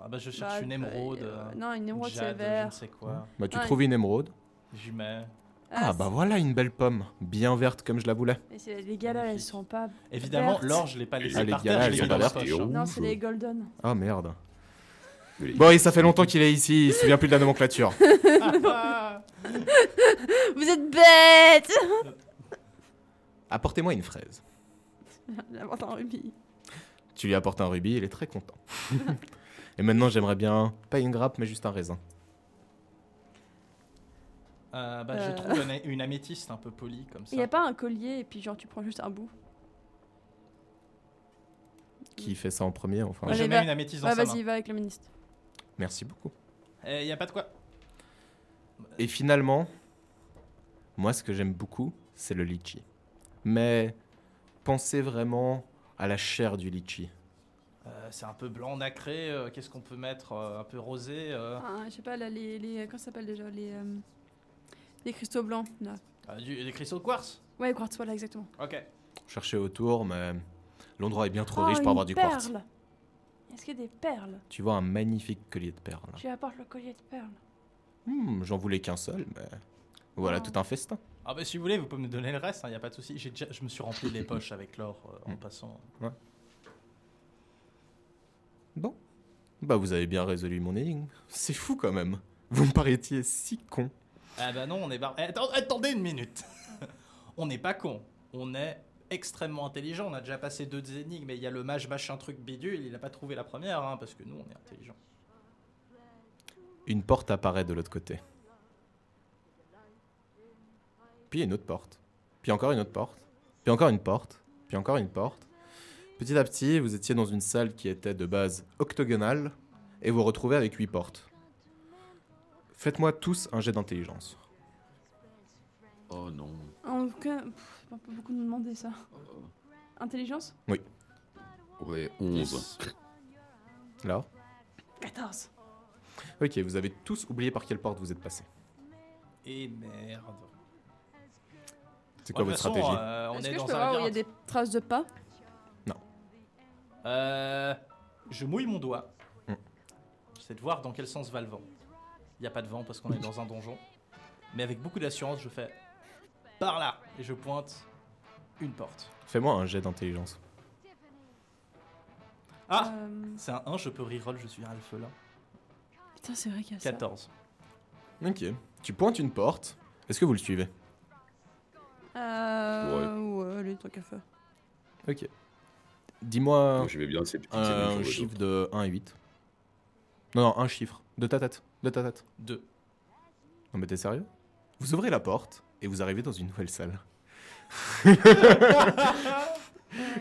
B: Ah bah je cherche
C: Bah,
B: une
C: euh,
B: émeraude.
C: euh,
B: euh,
C: non, une émeraude, c'est
B: jade, Je ne
C: vert.
B: sais quoi.
A: Bah, tu
C: Ah,
A: trouves une émeraude.
B: Jumet.
A: Ah, bah voilà une belle pomme, bien verte comme je la voulais.
C: Mais c'est- les galas, elles sont pas.
B: Évidemment,
C: Verte.
B: l'or, je l'ai pas laissé
A: Ah, les
B: par
A: galas,
B: terre,
A: elles
B: je l'ai
A: sont
B: mis dans
A: pas
B: la
A: vertes.
B: poche.
D: Et
B: hein.
D: on-
C: Non, c'est les golden.
A: Ah merde.
D: Mais les-
A: Bon, et ça fait longtemps qu'il est ici, il se souvient plus de la nomenclature.
B: Ah,
C: Vous êtes bêtes
A: Apportez-moi une fraise.
C: J'apporte un rubis.
A: Tu lui apportes un rubis, il est très content. et maintenant, j'aimerais bien, pas une grappe, mais juste un raisin.
B: Euh, bah,
C: Euh.
B: Je trouve une, une améthyste un peu polie comme ça.
C: Il y a pas un collier et puis genre tu prends juste un bout.
A: Qui fait ça en premier, enfin
B: Moi, je
C: Allez,
B: mets
C: va-
B: une améthyste dans
C: Ouais,
B: sa main.
C: vas-y, va avec le ministre.
A: Merci beaucoup.
B: Il Eh, y a pas de quoi.
A: Et finalement, moi, ce que j'aime beaucoup, c'est le litchi. Mais pensez vraiment à la chair du litchi.
B: Euh, c'est un peu blanc nacré. euh, Qu'est-ce qu'on peut mettre euh, Un peu rosé. euh,
C: Ah, je sais pas, là, les. les comment ça s'appelle déjà Les. euh, les cristaux blancs, là.
B: euh, du- des cristaux de quartz.
C: Ouais, quartz, voilà, exactement.
B: Ok.
A: Cherchez autour, mais l'endroit est bien trop
C: Oh,
A: riche pour avoir
C: une
A: du
C: perle.
A: quartz.
C: Est-ce qu'il y a des perles
A: Tu vois un magnifique collier de perles.
C: Je lui apporte le collier de perles.
A: Hmm, J'en voulais qu'un seul, mais voilà
C: Ah.
A: tout un festin.
B: Ah bah si vous voulez, vous pouvez me donner le reste. Il n'y a pas de souci. J'ai déjà- je me suis rempli les poches avec l'or euh, en passant.
A: Bon, bah vous avez bien résolu mon énigme. C'est fou quand même. Vous me paraîtiez si con.
B: Ah bah non, on est bar... Eh, attends- attendez une minute. on n'est pas con. On est extrêmement intelligent. On a déjà passé deux énigmes. Mais il y a le mage machin truc bidule. Il n'a pas trouvé la première, hein, parce que nous, on est intelligent.
A: Une porte apparaît de l'autre côté. Puis une autre porte. Puis encore une autre porte. Puis encore une porte. Puis encore une porte. Petit à petit, vous étiez dans une salle qui était de base octogonale et vous retrouvez avec huit portes. Faites-moi tous un jet d'intelligence.
F: Oh non.
C: En tout cas, pff, on peut beaucoup nous demander ça. Intelligence
F: Ouais, 11.
B: bah.
A: Là.
C: 14.
A: Ah, Ok, vous avez tous oublié par quelle porte vous êtes passé.
B: Et merde.
A: C'est quoi
B: De
A: votre
B: toute façon,
A: stratégie
B: euh, on
C: Est-ce
B: est,
C: que je
B: dans
C: peux
B: un
C: voir où il y a
B: labyrinthe.
C: des traces de pas
B: Euh, je mouille mon doigt.
A: Mm.
B: J'essaie de voir dans quel sens va le vent. Il n'y a pas de vent parce qu'on est dans un donjon. Mais avec beaucoup d'assurance, je fais par là et je pointe une porte.
A: Fais-moi un jet d'intelligence.
B: Ah
C: Euh,
B: C'est un 1, je peux reroll, je suis un elfe là.
C: Putain, c'est vrai qu'il y a ça.
B: 14.
A: Ok. Tu pointes une porte. Est-ce que vous le suivez
C: Euh. Ouais, allez, tant qu'à faire.
A: Ok. Dis-moi
D: Moi, j'aimais bien ces petites
A: euh,
D: énigmes
A: un
D: aux
A: chiffre de 1 et 8. Non, non, un chiffre. De ta tête. De ta tête.
B: 2.
A: Non, mais t'es sérieux Vous ouvrez la porte et vous arrivez dans une nouvelle salle.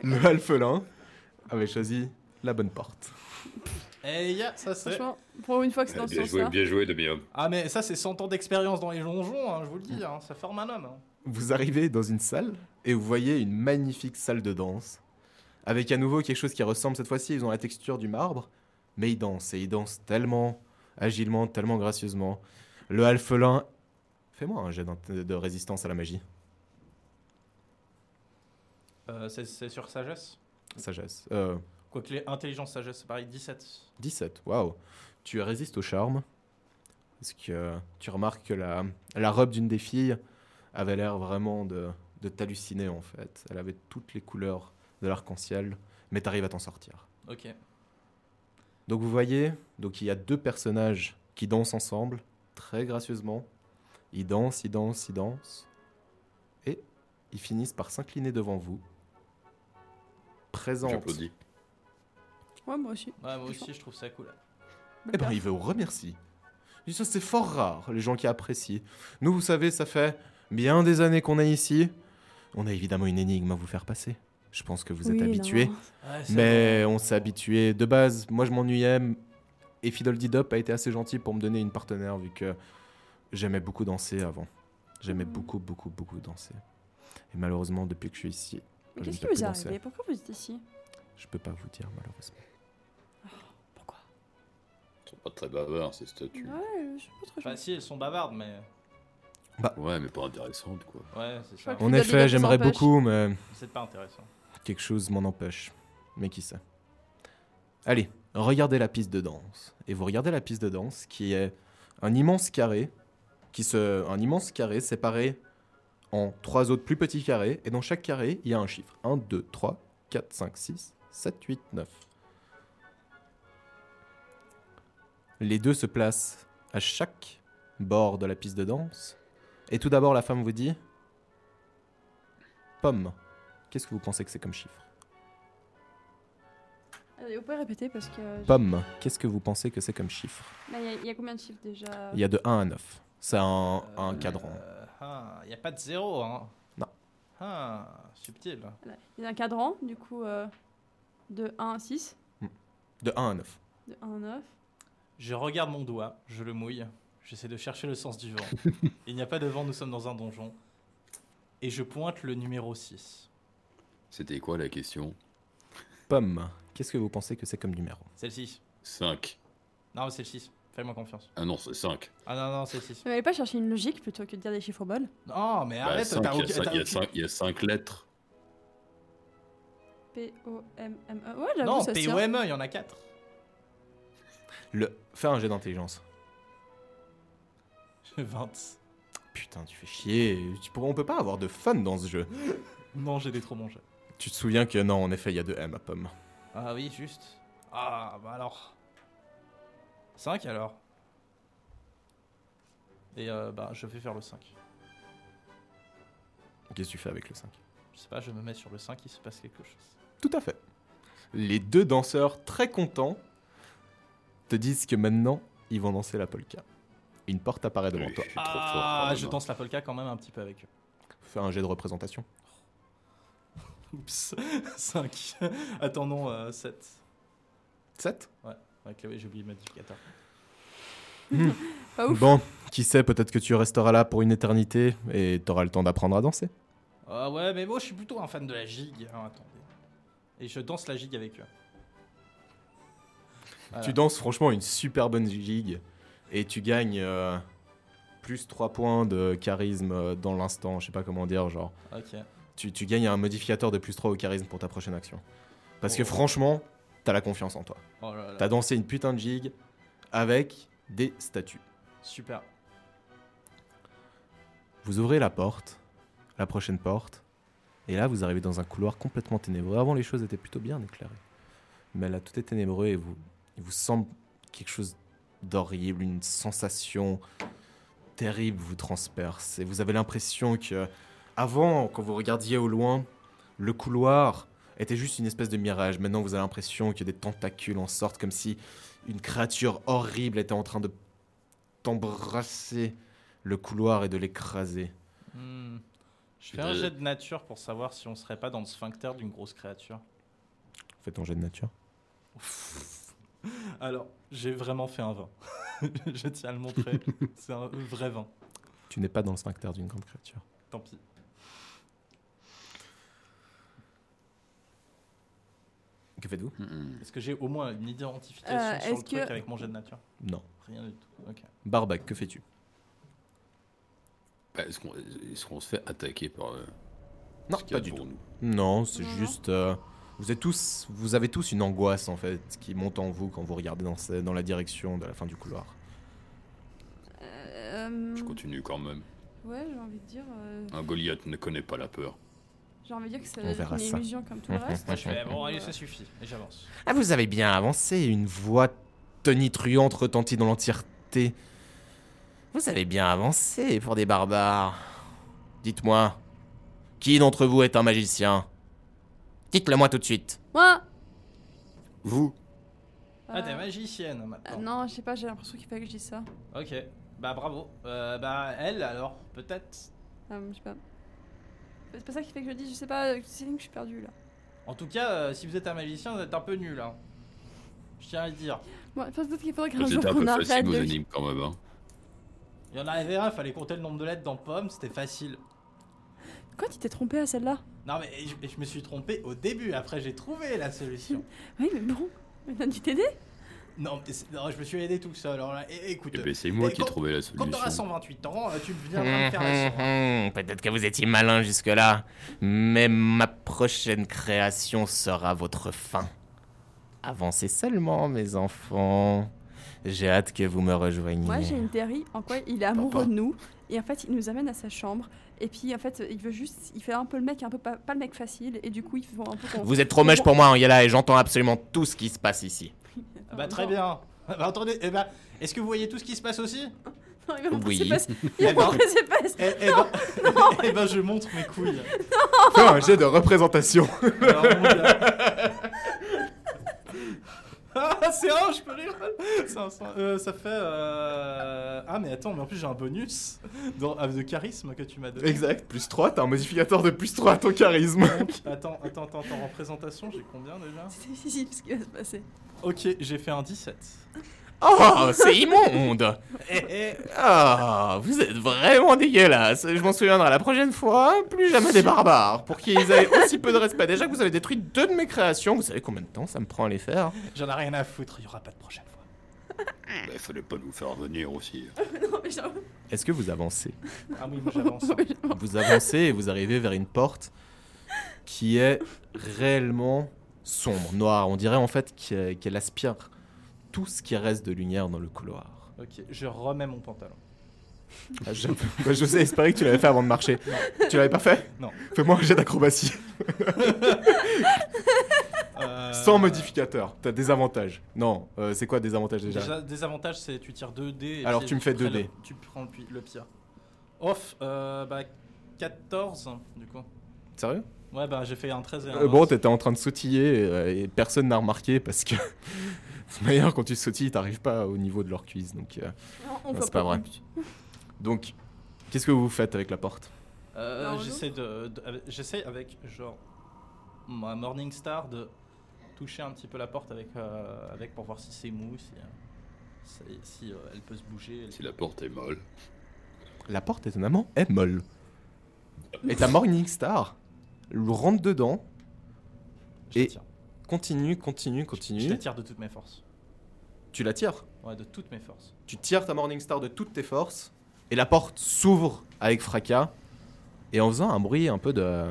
A: Le alphelin avait choisi la bonne porte.
B: Et ya, ça c'est.
C: Franchement, pour une fois que c'est
D: autres.
C: dans
D: Ouais,
C: ce
D: Eh, Bien joué,
C: sens-là.
D: bien joué, demi-homme.
B: Ah, mais ça c'est 100 ans d'expérience dans les donjons, hein, je vous le dis, hein, ça forme un homme. hein.
A: Vous arrivez dans une salle et vous voyez une magnifique salle de danse. Avec à nouveau quelque chose qui ressemble cette fois-ci, ils ont la texture du marbre, mais ils dansent et ils dansent tellement agilement, tellement gracieusement. Le alphelin. Fais-moi un jet d'int- de résistance à la magie.
B: Euh, c'est- c'est sur sagesse
A: Sagesse. Euh,
B: Quoique les intelligence, sagesse, c'est pareil, 17.
A: 17, waouh. Tu résistes au charme. Parce que euh, tu remarques que la, la robe d'une des filles avait l'air vraiment de, de t'halluciner en fait. Elle avait toutes les couleurs de l'arc-en-ciel, mais t'arrives à t'en sortir.
B: Ok.
A: Donc vous voyez, donc il y a deux personnages qui dansent ensemble, très gracieusement. Ils dansent, ils dansent, ils dansent. Et ils finissent par s'incliner devant vous. Présente.
D: J'applaudis.
C: Ouais, moi aussi.
B: Ouais, moi aussi je trouve ça cool.
A: Eh ben, il vous remercie. Et ça, c'est fort rare, les gens qui apprécient. Nous, vous savez, ça fait bien des années qu'on est ici. On a évidemment une énigme à vous faire passer. Je pense que vous êtes
C: Oui,
A: habitués.
C: non.
B: Ouais, c'est
A: Mais
B: bon.
A: on s'est habitué. De base, moi je m'ennuyais. Et Fidel Didop a été assez gentil pour me donner une partenaire vu que j'aimais beaucoup danser avant. J'aimais
C: Mm.
A: beaucoup, beaucoup, beaucoup danser. Et malheureusement, depuis que je suis ici,
C: Mais
A: Je
C: qu'est-ce
A: ne
C: qui
A: peux
C: vous est
A: plus danser.
C: arrivé Pourquoi vous êtes ici
A: je peux pas vous dire malheureusement.
C: Pourquoi
D: Ils sont pas très bavards, ces statues.
C: Ouais, je sais pas trop. je-
B: Enfin, si, elles sont bavardes, mais.
D: Ouais, mais pas intéressantes, quoi.
B: Ouais, c'est ça.
C: crois
A: En
C: Fidel Didop
A: effet,
C: vous
A: j'aimerais
C: empêche.
A: beaucoup, mais
B: C'est pas intéressant.
A: quelque chose m'en empêche. Mais qui sait Allez, regardez la piste de danse. Et vous regardez la piste de danse qui est un immense carré, qui se, un immense carré séparé en trois autres plus petits carrés. Et dans chaque carré, il y a un chiffre. 1, 2, 3, 4, 5, 6, 7, 8, 9. Les deux se placent à chaque bord de la piste de danse. Et tout d'abord, la femme vous dit Pomme, qu'est-ce que vous pensez que c'est comme chiffre
C: Allez, Vous pouvez répéter parce que.
A: Pomme, qu'est-ce que vous pensez que c'est comme chiffre
C: Mais il y a- il y, a combien de chiffres déjà
A: Il y a de 1 à 9. C'est un, un
B: Euh,
A: cadran.
B: ah, y a pas de zéro, hein.
A: Non.
B: Ah, subtil.
C: Voilà. Il y a un cadran, du coup, euh, de 1 à 6,
A: De 1 à 9.
C: de 1 à 9.
B: Je regarde mon doigt, je le mouille, j'essaie de chercher le sens du vent. Il n'y a pas de vent, nous sommes dans un donjon. Et je pointe le numéro 6.
D: C'était quoi la question
A: Pomme, qu'est-ce que vous pensez que c'est comme numéro
B: C'est le 6.
D: 5.
B: Non, mais c'est le 6. Fais-moi confiance.
D: Ah non, c'est 5.
B: Ah non, non, c'est le 6.
C: Vous n'allez pas chercher une logique plutôt que de dire des chiffres au bol
B: Non, mais
A: Bah,
B: arrête, t'as aucun- t'as aucun-
D: Bah, Il y a 5 lettres.
C: P-O-M-M-E. E. Ouais, j'avoue,
B: Non,
C: ça se tient.
B: POME, il y en a 4.
A: Le... Fais un jet d'intelligence.
B: 20.
A: Putain, tu fais chier. Tu pourrais- On peut pas avoir de fun dans ce jeu.
B: Non, j'ai des trop bons jeux.
A: Tu te souviens que non, en effet, il y a deux M à Pomme.
B: Ah oui, juste. Ah, bah alors. 5 alors. Et euh, bah, je vais faire le 5.
A: Qu'est-ce que tu fais avec le 5
B: Je sais pas, je me mets sur le 5, il se passe quelque chose.
A: Tout à fait. Les deux danseurs, très contents, te disent que maintenant, ils vont danser la polka. Une porte apparaît devant
D: Oui,
A: toi.
D: je suis trop fort,
B: Ah,
D: quand
B: je
D: même.
B: danse la polka quand même un petit peu avec eux.
A: Fais un jet de représentation.
B: Oups, 5. Attendons 7.
A: 7
B: Ouais, Chloé, j'ai oublié le modificateur.
C: Ouf.
A: Bon, qui sait, peut-être que tu resteras là pour une éternité et t'auras le temps d'apprendre à danser.
B: Ah ouais, mais moi je suis plutôt un fan de la gigue. hein, attendez. Et je danse la gigue avec eux. Voilà.
A: Tu danses franchement une super bonne gigue et tu gagnes euh, plus 3 points de charisme euh, dans l'instant, je sais pas comment dire, genre.
B: Ok.
A: Tu, tu gagnes un modificateur de plus 3 au charisme pour ta prochaine action. Parce que
B: Oh.
A: franchement, t'as la confiance en toi.
B: Oh là là.
A: T'as dansé une putain de gigue avec des statues.
B: Super.
A: Vous ouvrez la porte, la prochaine porte, et là vous arrivez dans un couloir complètement ténébreux. Avant les choses étaient plutôt bien éclairées, mais là tout est ténébreux et vous, il vous semble quelque chose d'horrible, une sensation terrible vous transperce et vous avez l'impression que avant, quand vous regardiez au loin, le couloir était juste une espèce de mirage. Maintenant vous avez l'impression que des tentacules en sortent comme si une créature horrible était en train de t'embrasser le couloir et de l'écraser.
B: Hmm. Je fais un jet de nature pour savoir si on serait pas dans le sphincter d'une grosse créature.
A: Fais ton jet de nature.
B: Alors, j'ai vraiment fait un vin. je tiens à le montrer. C'est un vrai vin.
A: Tu n'es pas dans le sphincter d'une grande créature.
B: Tant pis.
A: Que faites-vous
D: Mm,
F: Mm-mm.
B: Est-ce que j'ai au moins une identification
C: Euh,
B: sur le
C: est-ce
B: truc
C: que-
B: avec mon jet de nature
A: Non.
B: Rien du tout. Ok.
A: Barbac, que fais-tu
F: Bah, Est-ce qu'on est-ce qu'on se fait attaquer par. euh,
A: Non,
F: ce qu'il y a
A: pas du
F: devant
A: tout.
F: nous
A: Non, c'est
C: Non, non.
A: juste. euh, vous êtes tous, vous avez tous une angoisse en fait qui monte en vous quand vous regardez dans, ce- dans la direction de la fin du couloir.
C: Euh,
F: Je continue quand même.
C: ouais, j'ai envie de dire. euh,
F: Un Goliath ne connaît pas la peur.
C: J'ai envie de dire que c'est
A: On verra
C: une
A: ça.
C: illusion comme tout le reste.
B: Moi, je fais bon, allez,
C: Voilà.
B: ça suffit. Et j'avance.
A: Ah, vous avez bien avancé. Une voix tonitruante retentit dans l'entièreté. Vous avez bien avancé pour des barbares. Dites-moi, qui d'entre vous est un magicien Dites-le-moi tout de suite.
C: Moi
E: Vous
B: Ah, t'es
C: Euh,
B: magicienne maintenant.
C: euh, Non, je sais pas, j'ai l'impression qu'il fallait que je dise ça.
B: Ok, bah bravo. Euh, bah elle alors, peut-être.
C: Euh, je sais pas. C'est pas ça qui fait que je le dis, je sais pas, euh, Céline, que je suis perdue là.
B: En tout cas, euh, si vous êtes un magicien, vous êtes un peu nul. Hein. Je tiens à le dire.
C: Bon, enfin, peut-être qu'il faudrait qu'un jour
F: Bah, C'était un
C: on
F: peu facile
C: arrête
F: aux
C: de.
F: énigmes quand même. Hein.
B: Il y en avait un, fallait compter le nombre de lettres dans pomme, c'était facile.
C: Quoi, tu t'es trompé à celle-là
B: Non mais et je, et je me suis trompé au début, après j'ai trouvé la solution.
C: Oui, mais bon, mais non, tu t'aider
B: non, mais c'est- non, je me suis aidé tout seul. Alors là, é- écoute,
F: Eh ben, c'est moi
B: Et
F: qui ai
B: quand-
F: trouvé la
B: quand t'auras
F: solution.
B: 128 ans, euh, tu viendras me faire la soirée.
A: Mhm, Peut-être que vous étiez malin jusque-là, mais ma prochaine création sera votre fin. Avancez seulement, mes enfants. J'ai hâte que vous me rejoigniez.
C: Moi, j'ai une théorie en quoi il est amoureux
F: Papa.
C: de nous, et en fait, il nous amène à sa chambre, et puis en fait, il veut juste. Il fait un peu le mec, un peu pas, pas le mec facile, et du coup, il faut un peu qu'on.
A: Vous êtes trop moche pour moi, Angela, et j'entends absolument tout ce qui se passe ici.
C: Euh,
B: Ah bah très bien. Ah Bah attendez, eh bah, est-ce que vous voyez tout ce qui se passe aussi
C: Non, il va montrer
A: Oui.
C: ses fesses. Il va
B: Eh ben-
C: montrer ses fesses.
B: Eh, eh bah, eh bah, je montre mes couilles.
A: Fais un jet de représentation.
B: Alors, mon gars. Ah, c'est un, je peux rire. C'est un, c'est un- euh, ça fait. euh, Ah, mais attends, mais en plus j'ai un bonus dans- ah, de charisme que tu m'as donné.
A: Exact, plus 3, t'as un modificateur de plus 3 à ton charisme.
B: Donc, attends, attends, attends, attends, en présentation, j'ai combien déjà
C: C'est difficile ce qui va se passer.
B: Ok, j'ai fait un 17.
A: Oh, c'est immonde Ah, vous êtes vraiment dégueulasse Je m'en souviendrai la prochaine fois, plus jamais des barbares, pour qu'ils aient aussi peu de respect. Déjà que vous avez détruit deux de mes créations, vous savez combien de temps ça me prend à les faire
B: J'en ai rien à foutre, il y aura pas de prochaine fois.
F: Bah, fallait pas nous faire venir aussi. hein.
C: non, mais j'avoue.
A: Est-ce que vous avancez
B: Ah oui, moi j'avance.
A: Vous avancez et vous arrivez vers une porte qui est réellement sombre, noire. On dirait en fait qu'elle qu'elle aspire tout ce qui reste de lumière dans le couloir.
B: ok, je remets mon pantalon.
A: Ah, Je, bah, je sais, espérer que tu l'avais fait avant de marcher. Tu l'avais pas fait
B: Non.
A: Fais-moi un jet d'acrobatie.
B: Euh,
A: Sans modificateur. T'as des avantages. Non, euh, c'est quoi des avantages déjà,
B: Déjà, désavantage, c'est tu tires 2 dés. et
A: Alors,
B: puis
A: tu me fais deux
B: prends le-
A: dés.
B: Tu prends le, pi- le pire. Off, euh, bah 14 du coup.
A: Sérieux
B: Ouais, bah j'ai fait un 13 et un.
A: Euh, Bon,
B: 11.
A: t'étais en train de sautiller euh, et personne n'a remarqué parce que. De toute manière, quand tu sautilles, t'arrives pas au niveau de leur cuisse. Donc, euh,
C: Non, on
A: non,
C: voit
A: c'est pas vrai. Donc, qu'est-ce que vous faites avec la porte
B: Euh,
C: Non,
B: j'essaie de, de- avec- j'essaie avec genre ma Morning Star de toucher un petit peu la porte avec euh, avec pour voir si c'est mou, si, euh, si- si, euh, elle peut se bouger. elle-
F: Si la porte est molle.
A: La porte, étonnamment, est molle. Et ta Morningstar rentre dedans,
B: Je la
A: et
B: tire.
A: continue, continue,
B: Je la
A: continue.
B: tire de toutes mes forces.
A: Tu la tires
B: Ouais, de toutes mes forces.
A: Tu tires ta Morningstar de toutes tes forces et la porte s'ouvre avec fracas et en faisant un bruit un peu de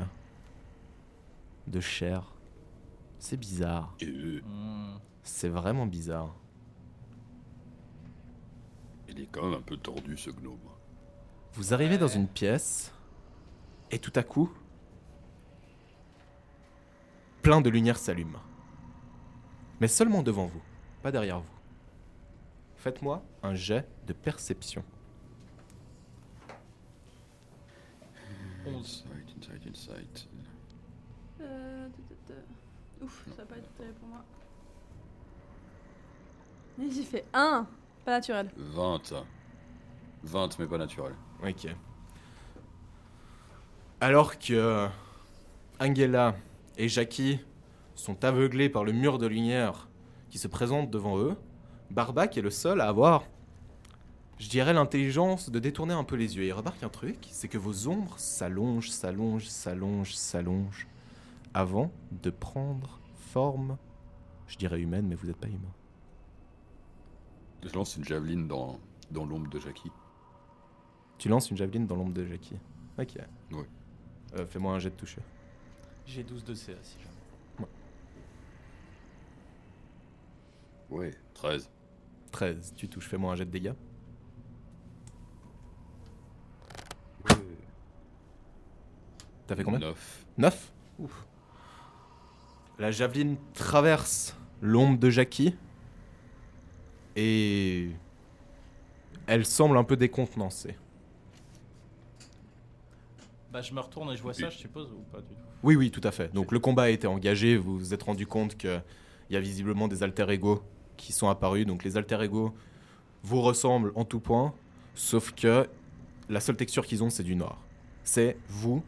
A: de chair. C'est bizarre.
F: Euh,
B: Hmm.
A: C'est vraiment bizarre.
F: il est quand même un peu tordu ce gnome.
A: Vous arrivez dans une pièce et tout à coup plein de lumière s'allume. Mais seulement devant vous, pas derrière vous. Faites-moi un jet de perception.
B: Onze.
F: Insight, insight, insight.
C: Euh, tu, tu, tu. Ouf, ça va pas être terrible pour moi. Mais j'ai fait un, pas naturel.
F: 20. 20, mais pas naturel.
A: Ok. Alors que euh, Angela et Jackie sont aveuglés par le mur de lumière qui se présente devant eux, Barbac est le seul à avoir, je dirais, l'intelligence de détourner un peu les yeux. Et il remarque un truc, c'est que vos ombres s'allongent, s'allongent, s'allongent, s'allongent, avant de prendre forme, je dirais humaine, mais vous n'êtes pas humain.
F: Je lance une javeline dans, dans l'ombre de Jackie.
A: Tu lances une javeline dans l'ombre de Jackie. Ok.
F: Ouais.
A: Euh, Fais-moi un jet de toucher.
B: J'ai 12 de CA si jamais.
F: Ouais. 13.
A: 13, tu touches, fais-moi un jet de dégâts. T'as fait combien
F: 9.
A: 9 La javeline traverse l'ombre de Jackie et elle semble un peu décontenancée.
B: Bah je me retourne et je vois ça, je suppose ou pas du tout.
A: Oui, oui, tout à fait. Donc le combat a été engagé, vous vous êtes rendu compte qu'il y a visiblement des alter-ego qui sont apparus. Donc les alter-ego vous ressemblent en tout point, sauf que la seule texture qu'ils ont, c'est du noir. C'est vous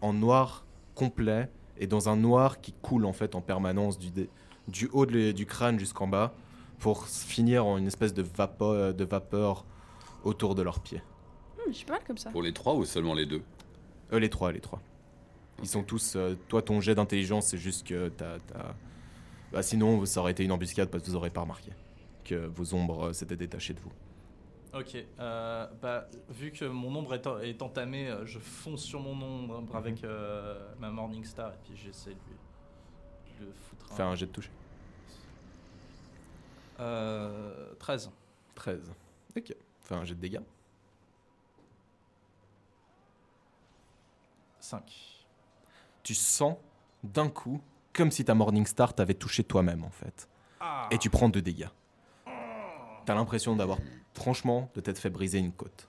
A: en noir complet et dans un noir qui coule en fait en permanence du, dé- du haut de l'é- du crâne jusqu'en bas pour s- finir en une espèce de, vapo- euh, de vapeur autour de leurs pieds.
C: Hum, je suis pas mal comme ça.
F: Pour les 3 ou seulement les 2
A: Euh, les trois, les trois. Ils sont tous. euh, toi, ton jet d'intelligence, c'est juste que t'as. t'as- Bah, sinon, ça aurait été une embuscade parce que vous aurez pas remarqué que vos ombres euh, s'étaient détachées de vous.
B: Ok, euh, bah, vu que mon ombre est, en- est entamée, euh, je fonce sur mon ombre avec euh, ma Morning Star et puis j'essaie de lui, de le foutre. un-
A: Fais un jet de toucher.
B: Euh, 13.
A: 13. Ok. Fais un jet de dégâts.
B: 5.
A: Tu sens d'un coup comme si ta Morningstar t'avait touché toi-même en fait.
B: Ah,
A: Et tu prends deux dégâts. T'as l'impression d'avoir, franchement, de t'être fait briser une côte.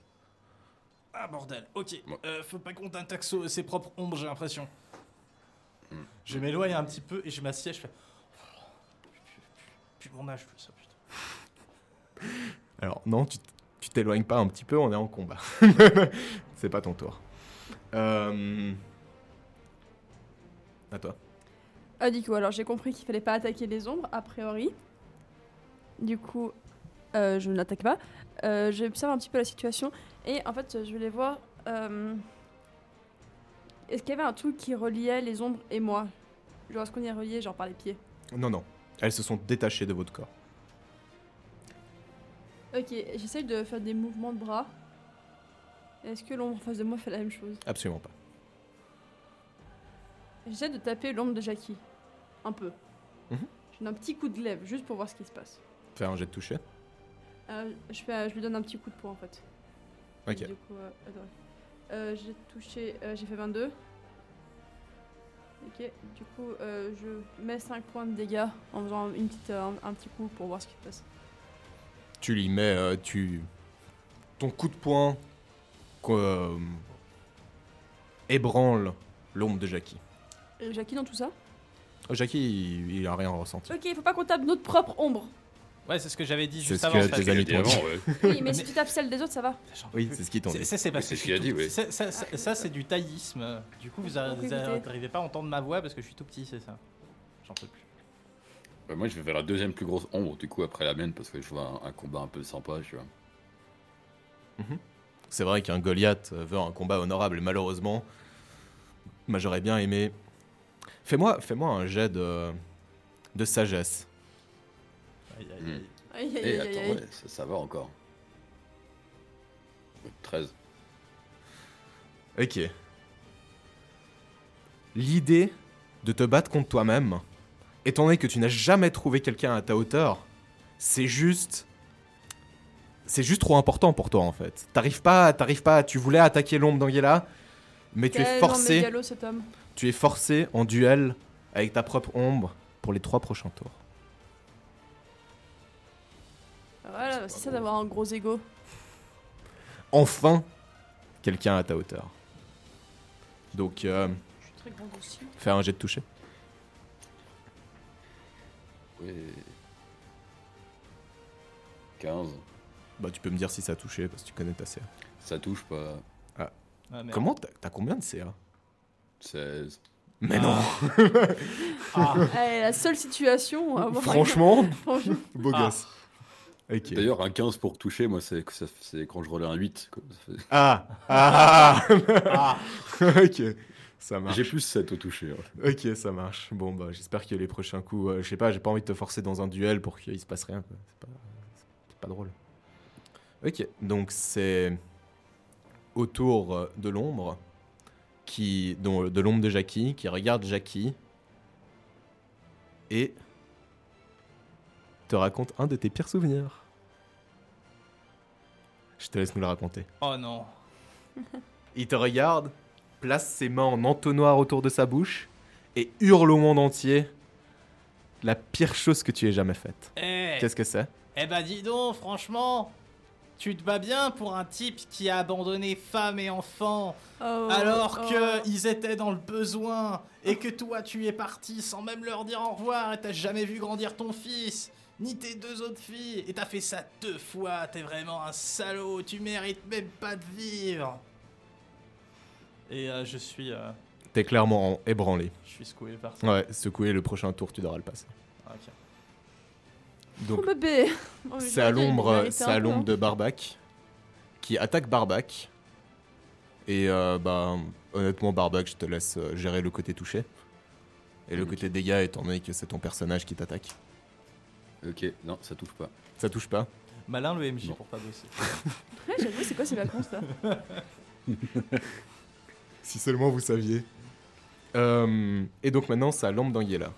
B: ah, bordel, ok.
F: Ouais.
B: Euh, faut pas qu'on t'attaque so- ses propres ombres, j'ai l'impression.
A: Hmm.
B: Je m'éloigne un petit peu et je m'assieds, je fais. Oh, Plus, plus- plus- plus mon âge, plus ça, putain.
A: Alors non, tu t- tu t'éloignes pas un petit peu, on est en combat. c'est pas ton tour. Euh... À toi.
C: Ah, du coup, alors j'ai compris qu'il fallait pas attaquer les ombres, a priori. Du coup, Euh, je ne l'attaque pas. Euh, J'observe un petit peu la situation et en fait, je voulais voir. euh, Est-ce qu'il y avait un truc qui reliait les ombres et moi Genre, est-ce qu'on y est relié, genre par les pieds
A: Non, non. Elles se sont détachées de votre corps.
C: Ok, j'essaye de faire des mouvements de bras. Est-ce que l'ombre en face de moi fait la même chose
A: Absolument pas.
C: J'essaie de taper l'ombre de Jackie. Un peu.
A: Mhm.
C: Je donne un petit coup de lèvre juste pour voir ce qui se passe.
A: Fais un jet de toucher.
C: Euh, je, fais, je lui donne un petit coup de poing en fait.
A: Ok.
C: Du coup, euh, attends. Euh, j'ai touché, euh, j'ai fait 22. Ok, du coup, euh, je mets 5 points de dégâts en faisant une petite, euh, un, un petit coup pour voir ce qui se passe.
A: Tu lui mets, euh, tu, ton coup de poing quoi, euh, ébranle l'ombre de Jackie.
C: Euh, Jackie dans tout ça
A: Oh, Jackie, il, il a rien ressenti.
C: Ok, il faut pas qu'on tape notre propre ombre.
B: Ouais, c'est ce que j'avais dit
A: C'est
B: juste
A: ce
B: avant.
A: que
B: en fait.
A: tes amis t'ont dit.
D: ouais.
C: Oui, mais si tu tapes celle des autres, ça va.
A: Oui, c'est ce qu'ils t'ont
B: C'est-
A: dit.
B: Ça, c'est parce
D: C'est
B: que
D: ce
B: je
D: qu'il a
B: suis
D: dit,
B: tout-
D: oui.
B: ça- ça- ça- ça, c'est du taillisme. Du coup, vous
C: Pourquoi écouter
B: n'arrivez pas à entendre ma voix parce que je suis tout petit, c'est ça. J'en peux plus.
F: Bah, moi, je vais vers la deuxième plus grosse ombre, du coup, après la mienne, parce que je vois un, un combat un peu sympa, tu vois.
A: C'est vrai qu'un Goliath veut un combat honorable, et malheureusement. Moi, j'aurais bien aimé. Fais-moi, fais-moi un jet de, de sagesse.
B: Aïe, aïe, aïe.
C: Aïe,
F: Et
C: aïe, aïe,
F: Eh, attends,
C: aïe.
F: ouais, ça, ça va encore. 13.
A: Ok. L'idée de te battre contre toi-même, étant donné que tu n'as jamais trouvé quelqu'un à ta hauteur, c'est juste. C'est juste trop important pour toi en fait. T'arrives pas, t'arrives pas. Tu voulais attaquer l'ombre d'Angela, mais tu es
C: Quel
A: forcé.
C: mégalo, cet homme.
A: Tu es forcé en duel avec ta propre ombre pour les trois prochains tours.
C: Voilà, c'est ça d'avoir un gros ego.
A: Enfin, quelqu'un à ta hauteur. Donc, euh,
C: Je suis très grande aussi.
A: fais un jet de toucher.
F: Ouais. 15.
A: Bah, tu peux me dire si ça a touché parce que tu connais ta CA.
F: Ça touche pas.
B: Ah, merde.
A: Hmm. Comment t'as t'as combien de CA
F: 16.
A: Mais
B: Ah.
A: non
B: Ah,
C: Allez, Eh, la seule situation. à avoir-
A: Franchement,
C: Franchement.
A: beau
B: Ah.
A: gosse. Ok.
F: D'ailleurs, un 15 pour toucher, moi, c'est ça- c'est quand je relais un 8. quoi. Ça fait-
A: Ah Ah
B: ah.
A: Ok. Ça marche.
F: J'ai plus 7 au toucher. ouais.
A: Ok, ça marche. Bon, bah, j'espère que les prochains coups. euh, je sais pas, j'ai pas envie de te forcer dans un duel pour qu'il se passe rien. quoi. C'est pas, c'est pas drôle. Ok, donc c'est autour euh, de l'ombre, qui, dont- euh, de l'ombre de Jackie, qui regarde Jackie et te raconte un de tes pires souvenirs. Je te laisse nous le raconter.
B: Oh non.
A: Il te regarde, place ses mains en entonnoir autour de sa bouche et hurle au monde entier la pire chose que tu aies jamais faite.
B: Eh,
A: Qu'est-ce que c'est
B: eh bah dis donc, franchement, tu te bats bien pour un type qui a abandonné femme et enfant
C: Oh,
B: alors
C: oh.
B: que ils étaient dans le besoin et que toi tu es parti sans même leur dire au revoir et t'as jamais vu grandir ton fils ni tes deux autres filles et t'as fait ça deux fois. T'es vraiment un salaud. Tu mérites même pas de vivre. Et euh, je suis, euh,
A: T'es clairement en- ébranlé.
B: je suis secoué par ça.
A: Ouais, secoué, le prochain tour, tu devras le passer.
B: Ah, ok.
A: Donc,
C: Oh, bébé. Oh, mais
A: c'est à
C: je dirais qu'il
A: l'ombre
C: méritait
A: c'est
C: un
A: à
C: peu,
A: l'ombre
C: hein.
A: de Barbac qui attaque Barbac. Et euh, bah, honnêtement, Barbac, je te laisse euh, gérer le côté touché. Et le
F: Ok.
A: côté dégâts, étant donné que c'est ton personnage qui t'attaque.
F: Ok, non, ça touche pas.
A: Ça touche pas
B: Malin le MJ
F: Non.
B: pour pas bosser.
C: Ouais, j'avoue, c'est quoi ces vacances là
A: Si seulement vous saviez. Euh, et donc maintenant, c'est à l'ombre d'Angela.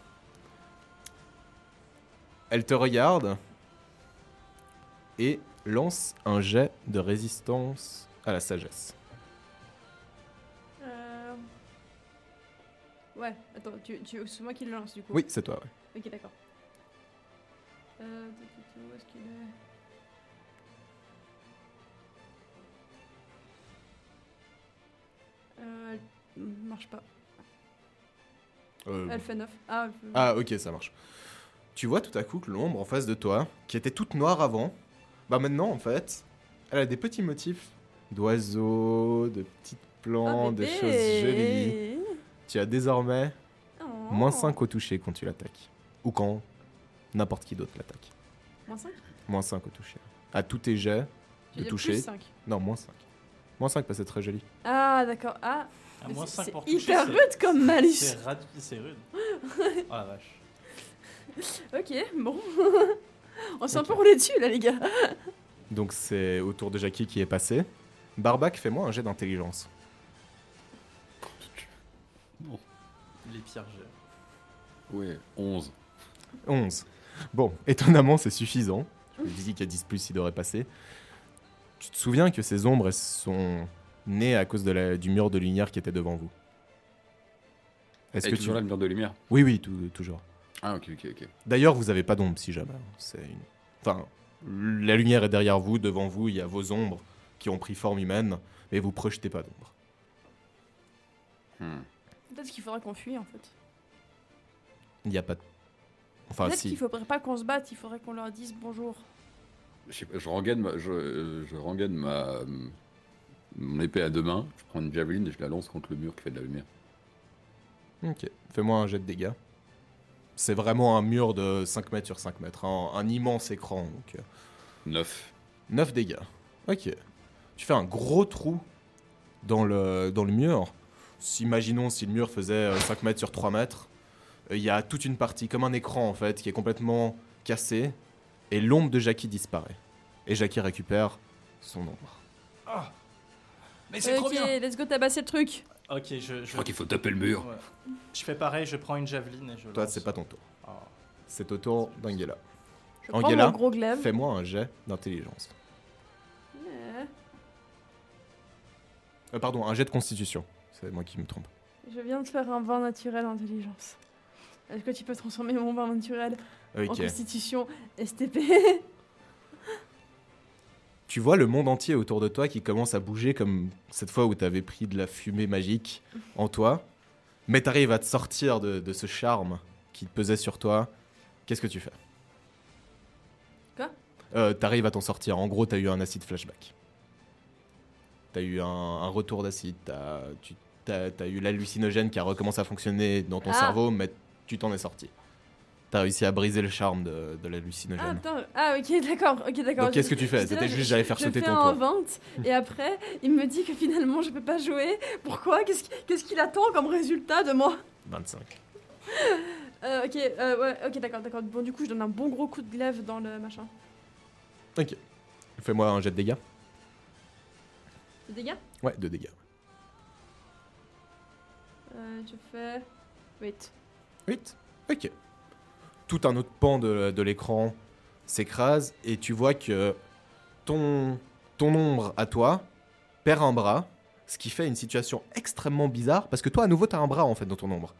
A: Elle te regarde et lance un jet de résistance à la sagesse.
C: Euh, Ouais, attends, tu, tu... c'est moi qui le lance du coup.
A: Oui, c'est toi. ouais.
C: Ok, d'accord. Euh, tout, tout, tout, où est-ce qu'il est Euh, elle marche pas.
A: Euh,
C: Elle fait 9. Ah, elle fait-
A: Ah, ok, ça marche. Tu vois tout à coup que l'ombre en face de toi, qui était toute noire avant, bah maintenant en fait, elle a des petits motifs d'oiseaux, de petites
C: Oh,
A: plantes, des
C: bébé.
A: choses jolies. Tu as désormais
C: Oh.
A: Moins 5 au toucher quand tu l'attaques. Ou quand n'importe qui d'autre l'attaque.
C: Moins 5
A: Moins 5 au toucher. À tous tes jets.
G: Tu
A: de
G: dis
A: toucher.
G: plus cinq.
A: Non, moins 5. Moins 5 parce que c'est très joli.
C: Ah, d'accord. Ah,
B: À moins
C: c'est
B: 5
C: c'est
B: pour toucher.
C: hyper
B: c'est-
C: rude comme malus.
B: C'est rad- c'est rude. Oh la vache.
C: Ok, bon. On s'en pour les dessus là, les gars.
A: Donc c'est au tour de Jackie qui est passé. Barbac, fais-moi un jet d'intelligence.
B: Les pires jeux.
F: Ouais, 11.
A: 11. Bon, étonnamment, c'est suffisant. Je me dis qu'à 10 plus, il devrait passer. Tu te souviens que ces ombres, elles sont nées à cause de la- du mur de lumière qui était devant vous. Est-ce
F: Est-ce
A: que
F: que
A: tu...
F: toujours la lumière de lumière
A: Oui, oui, tout- toujours.
F: Ah, ok, ok, ok.
A: D'ailleurs, vous n'avez pas d'ombre si jamais. C'est une... Enfin, la lumière est derrière vous, devant vous, il y a vos ombres qui ont pris forme humaine, mais vous projetez pas d'ombre.
F: Hmm.
C: Peut-être qu'il faudra qu'on fuit en fait.
A: Il n'y a pas de... Enfin,
C: Peut-être
A: Ah, si.
C: qu'il faudrait pas qu'on se batte, il faudrait qu'on leur dise bonjour.
F: Je, sais pas, je rengaine ma, je, euh, je rengaine ma euh, mon épée à deux mains, je prends une javeline et je la lance contre le mur qui fait de la lumière.
A: Ok, fais-moi un jet de dégâts. C'est vraiment un mur de 5 mètres sur 5 mètres, hein, un immense écran. Donc, euh,
F: 9.
A: 9 dégâts. Ok. Tu fais un gros trou dans le, dans le mur. S- Imaginons si le mur faisait euh, 5 mètres sur 3 mètres. Euh, Il y a toute une partie, comme un écran en fait, qui est complètement cassé. Et l'ombre de Jackie disparaît. Et Jackie récupère son ombre.
B: Mais c'est trop
C: Ok,
B: bien.
C: let's go tabasser le truc.
B: Ok, je. Je,
F: Je crois qu'il faut taper le mur.
B: Ouais. Je fais pareil, je prends une javeline et je.
A: Toi,
B: lance.
A: c'est pas ton tour.
B: Oh.
A: C'est au tour d'Angela.
C: Je prends
A: Angela,
C: mon gros glaive.
A: fais-moi un jet d'intelligence.
C: Euh,
A: Euh, pardon, un jet de constitution. C'est moi qui me trompe.
C: Je viens de faire un vin naturel intelligence. Est-ce que tu peux transformer mon vin naturel en
A: Ok.
C: constitution STP
A: Tu vois le monde entier autour de toi qui commence à bouger comme cette fois où t'avais pris de la fumée magique en toi. Mais t'arrives à te sortir de, de ce charme qui te pesait sur toi. Qu'est-ce que tu fais
C: Quoi
A: Euh, T'arrives à t'en sortir. En gros, t'as eu un acide flashback. T'as eu un, un retour d'acide. T'as tu- t'as- t'as eu l'hallucinogène qui a recommencé à fonctionner dans ton
C: Ah.
A: cerveau, mais tu t'en es sorti. T'as réussi à briser le charme de, de
C: Ah,
A: l'hallucinogène.
C: attends. ah ok, d'accord. Ok, d'accord.
A: Donc qu'est-ce que tu fais
C: j'étais là,
A: C'était
C: je-
A: juste j'allais faire
C: Je
A: sauter
C: fais
A: ton
C: un
A: toit.
C: 20 et après il me dit que finalement je peux pas jouer. Pourquoi Qu'est-ce qui- qu'est-ce qu'il attend comme résultat de moi
A: 25.
C: Euh, Ok, euh, ouais, ok, d'accord, d'accord. Bon, du coup, je donne un bon gros coup de glaive dans le machin.
A: Fais-moi un jet de dégâts.
C: Des dégâts
A: Ouais, de dégâts.
C: Euh, Je fais. Wait.
A: 8 Ok. Tout un autre pan de, de l'écran s'écrase et tu vois que ton, ton ombre à toi perd un bras, ce qui fait une situation extrêmement bizarre parce que toi, à nouveau, t'as un bras en fait dans ton ombre.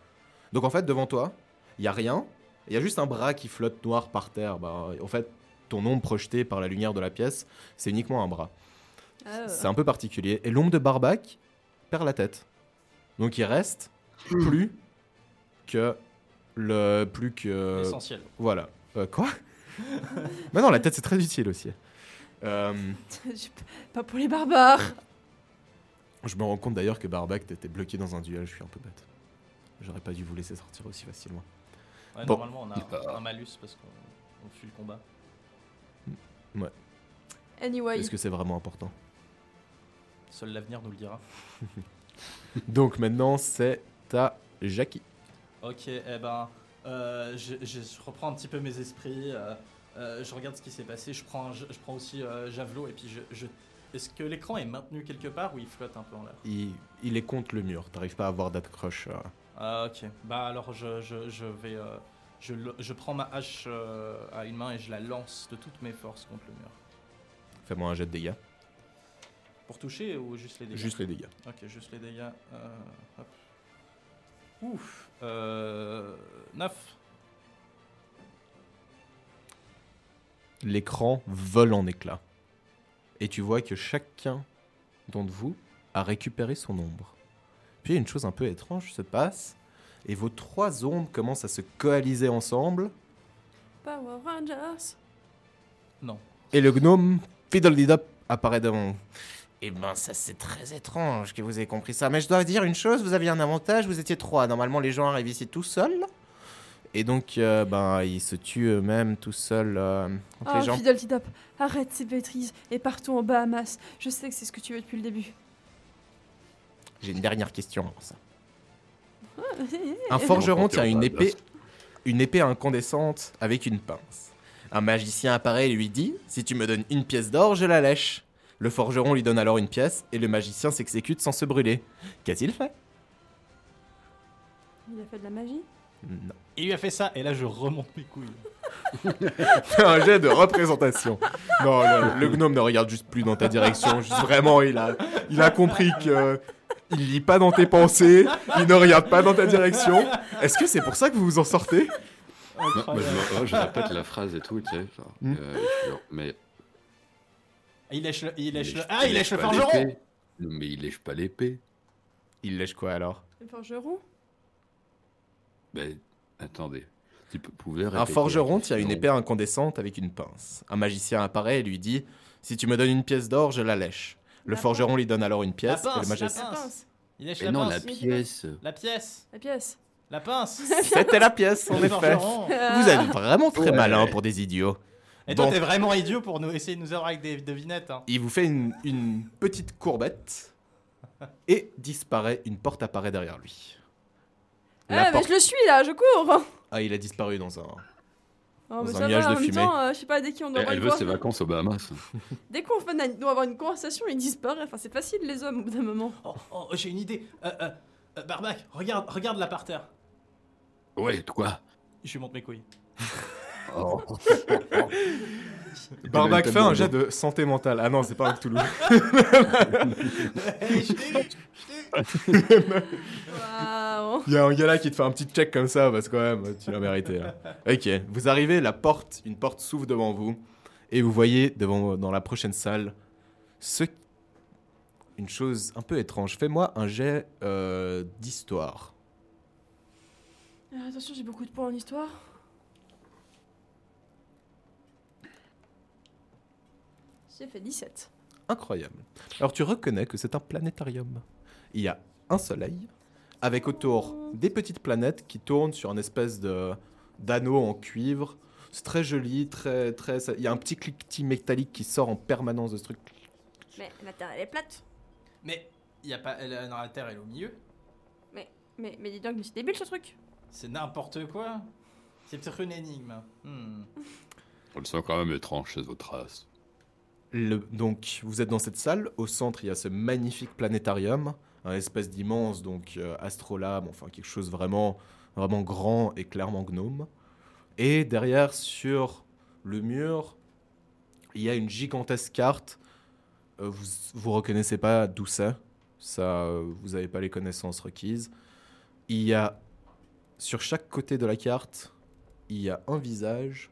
A: Donc en fait, devant toi, il y a rien, il y a juste un bras qui flotte noir par terre. Bah, en fait, ton ombre projetée par la lumière de la pièce, c'est uniquement un bras.
C: Ah,
A: C'est un peu particulier. Et l'ombre de Barbac perd la tête. Donc il reste plus que le plus que
B: Essentiel.
A: voilà. Euh, quoi Mais non, la tête c'est très utile aussi. Euh,
C: je- Pas pour les barbares
A: je me rends compte d'ailleurs que Barbac t'étais bloqué dans un duel. Je suis un peu bête. J'aurais pas dû vous laisser sortir aussi facilement.
B: Ouais,
A: Bon.
B: Normalement, on
F: Il
B: a
F: part.
B: un, un malus parce qu'on on fuit le combat.
C: Anyway.
A: Est-ce que c'est vraiment important
B: Seul l'avenir nous le dira.
A: Donc maintenant c'est à Jackie.
B: Ok, eh ben, euh, je, je- je reprends un petit peu mes esprits. euh, euh, je regarde ce qui s'est passé. Je prends, un- je, je prends aussi euh, javelot et puis je. je- Est-ce que l'écran est maintenu quelque part ou il flotte un peu en l'air
A: Il, il est contre le mur. T'arrives pas à avoir d'accroche. euh.
B: Ah ok. Bah alors je, je, je vais... euh, je, le- je prends ma hache euh, à une main et je la lance de toutes mes forces contre le mur.
A: Fais-moi un jet de dégâts.
B: Pour toucher ou juste les dégâts
A: Juste les dégâts.
B: Ok, juste les dégâts. euh, hop. Ouf. Euh, 9.
A: l'écran vole en éclats. Et tu vois que chacun d'entre vous a récupéré son ombre. Puis une chose un peu étrange se passe, et vos trois ombres commencent à se coaliser ensemble,
C: Power Rangers
B: Non.
A: et le gnome Fiddledidop apparaît devant vous. Eh ben ça c'est très étrange que vous ayez compris ça, mais je dois dire une chose, vous aviez un avantage, vous étiez trois. Normalement les gens arrivent ici tout seuls, et donc euh, ben, ils se tuent eux-mêmes tout seuls euh, contre
C: Oh,
A: les gens.
C: Fiddle Top, arrête ces bêtises et partons aux Bahamas. Je sais que c'est ce que tu veux depuis le début.
A: J'ai une dernière question. avant ça. Un forgeron tient une
D: Panthéon,
A: épée,
D: Atlas.
A: une épée incandescente avec une pince. Un magicien apparaît et lui dit Si tu me donnes une pièce d'or, je la lèche. Le forgeron lui donne alors une pièce et le magicien s'exécute sans se brûler. Qu'a-t-il fait
C: Il a fait de la magie
A: Non.
B: Il lui a fait ça, et là je remonte mes couilles.
A: Fais un jet de représentation. Non, le, le gnome ne regarde juste plus dans ta direction. Juste vraiment, il a, il a compris que. euh, Il lit pas dans tes pensées, il ne regarde pas dans ta direction. Est-ce que c'est pour ça que vous vous en sortez
F: Non, bah, je,
B: Incroyable.
F: me- ouais, je répète la phrase et tout, tu sais. genre,
A: Mm.
F: euh, je suis genre, mais
B: Il lèche le, il
F: il
B: lèche le,
F: lèche-
B: ah, il lèche le
F: pas
B: forgeron
F: l'épée. Mais il lèche pas l'épée.
A: Il lèche quoi alors
C: Le forgeron
F: Mais Ben, attendez. Tu peux- pouvez
A: Un
F: répéter
A: forgeron
F: la
A: tient une
F: question
A: épée incandescente avec une pince. Un magicien apparaît et lui dit Si tu me donnes une pièce d'or, je la lèche. Le
C: La
A: forgeron lui donne alors une pièce
B: La
A: et le
B: pince,
A: magicien.
B: la
C: La
B: Pince.
C: pince,
B: Il lèche
F: Mais
B: la
F: non, la
B: pince.
F: pièce.
B: La pièce,
C: Ah, la pièce.
B: la pince.
A: C'était la pièce, en
B: le
A: effet.
B: forgeron. Ah.
A: Vous êtes vraiment très
F: Ouais.
A: malin pour des idiots.
B: Et toi,
A: Bon.
B: t'es vraiment idiot pour nous essayer de nous avoir avec des devinettes. Hein.
A: Il vous fait une, une petite courbette et disparaît. Une porte apparaît derrière lui. La
C: Ah, mais
A: porte-
C: je le suis là, je cours
A: Ah, il a disparu dans un.
C: Oh, mais
A: un
C: ça
A: nuage
C: va,
A: de
C: en même
A: fumée.
C: temps, euh, je sais pas, dès qu'on
F: Eh, Elle,
C: doit avoir
F: elle
C: une
F: veut ses
C: conversation.
F: vacances aux Bahamas.
C: Dès qu'on fait- doit avoir une conversation, ils disparaissent. Enfin, c'est facile, les hommes, au bout d'un moment.
B: Oh, oh, j'ai une idée. Euh, euh, euh, Barbac, regarde, regarde là par terre.
F: Ouais, quoi
B: Je lui montre mes couilles.
F: oh.
A: Barbac fait un jet de santé mentale. Ah non, c'est pas un Cthulhu.
B: Hey, je t'ai vu, je t'ai vu.
C: Waouh
A: Il y a un gars là qui te fait un petit check comme ça parce que quand même, tu l'as mérité. là. Ok, vous arrivez, la porte, une porte s'ouvre devant vous et vous voyez devant dans la prochaine salle ce une chose un peu étrange. Fais-moi un jet euh, d'histoire.
C: Euh, Attention, j'ai beaucoup de points en histoire. J'ai fait 17.
A: Incroyable. Alors tu reconnais que c'est un planétarium. Il y a un soleil avec autour des petites planètes qui tournent sur un espèce de d'anneau en cuivre. C'est très joli, très très. ça- Il y a un petit cliquetis métallique qui sort en permanence de ce truc.
C: Mais la terre, elle est plate.
B: Mais il y a pas, elle, non, la terre, elle est au milieu.
C: Mais, mais dis donc, mais c'est débile ce truc.
B: C'est n'importe quoi. C'est peut-être une énigme. Hmm.
F: On le sent quand même étrange chez votre race.
A: Le- donc, vous êtes dans cette salle. Au centre, il y a ce magnifique planétarium, un espèce d'immense donc euh, astrolabe, enfin quelque chose vraiment vraiment grand et clairement gnome. Et derrière, sur le mur, il y a une gigantesque carte. Euh, vous vous reconnaissez pas d'où c'est. Ça, euh, vous n'avez pas les connaissances requises. Il y a sur chaque côté de la carte, il y a un visage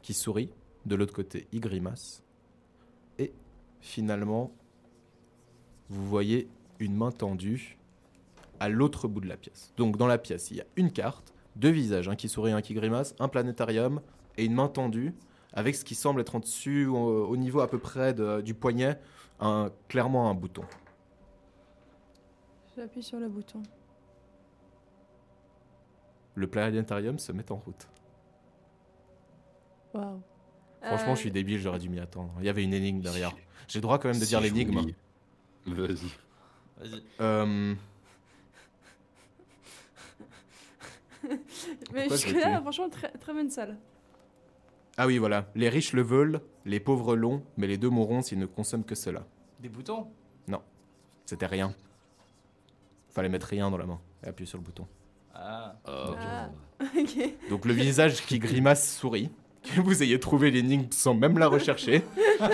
A: qui sourit. De l'autre côté, il grimace finalement, vous voyez une main tendue à l'autre bout de la pièce. Donc dans la pièce, il y a une carte, deux visages, un qui sourit, un qui grimace, un planétarium et une main tendue avec ce qui semble être en dessus, au, au niveau à peu près de- du poignet, un, clairement un bouton.
C: J'appuie sur le bouton.
A: Le planétarium se met en route.
C: Waouh. Euh,
A: Franchement, je suis débile, j'aurais dû m'y attendre. Il y avait une énigme derrière. J'ai le droit quand même
F: Euh,
A: de
F: Si
A: dire
F: je vous
A: l'énigme.
F: lis- Vas-y.
B: Vas-y.
A: Euh,
C: Mais
A: Pourquoi
C: jusque
A: je l'ai
C: là,
A: fait
C: franchement, très, très bonne salle.
A: ah oui, voilà. Les riches le veulent, les pauvres l'ont, mais les deux mourront s'ils ne consomment que cela.
B: Des boutons.
A: C'était rien. Fallait mettre rien dans la main et appuyer sur le bouton.
B: Ah.
F: Oh.
C: Ah. ok.
A: Donc le visage qui grimace sourit. Que vous ayez trouvé l'énigme sans même la rechercher.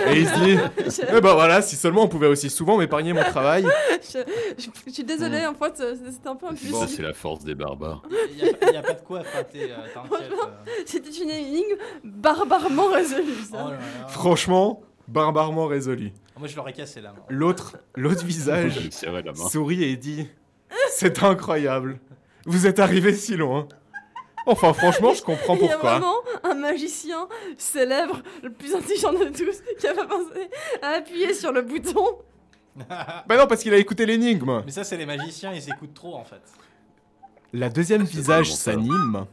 A: Et il se dit Eh ben voilà, si seulement on pouvait aussi souvent m'épargner mon travail.
C: Je, je- je suis désolée,
A: Hmm.
C: en fait, euh, c'était un peu impulsif.
F: Ça, c'est la force des barbares.
B: Il y, a- il y a pas de quoi frapper. euh, T'inquiète. euh.
C: C'était une énigme barbarement résolue,
B: Oh
C: ça.
B: là là. Ah,
A: Franchement, barbarement résolu.
B: Moi, je l'aurais cassé la main.
A: L'autre, l'autre
F: Je
A: visage
F: lui serrais la main.
A: sourit et dit C'est incroyable. Vous êtes arrivé si loin. Enfin, franchement, je comprends
C: Il y a
A: pourquoi.
C: vraiment un magicien célèbre, le plus intelligent de tous, qui a pas pensé à appuyer sur le bouton.
A: Bah non, parce qu'il a écouté l'énigme.
B: Mais ça, Ah, c'est les magiciens, ils écoutent trop en fait.
A: La deuxième visage
F: vraiment ça.
A: s'anime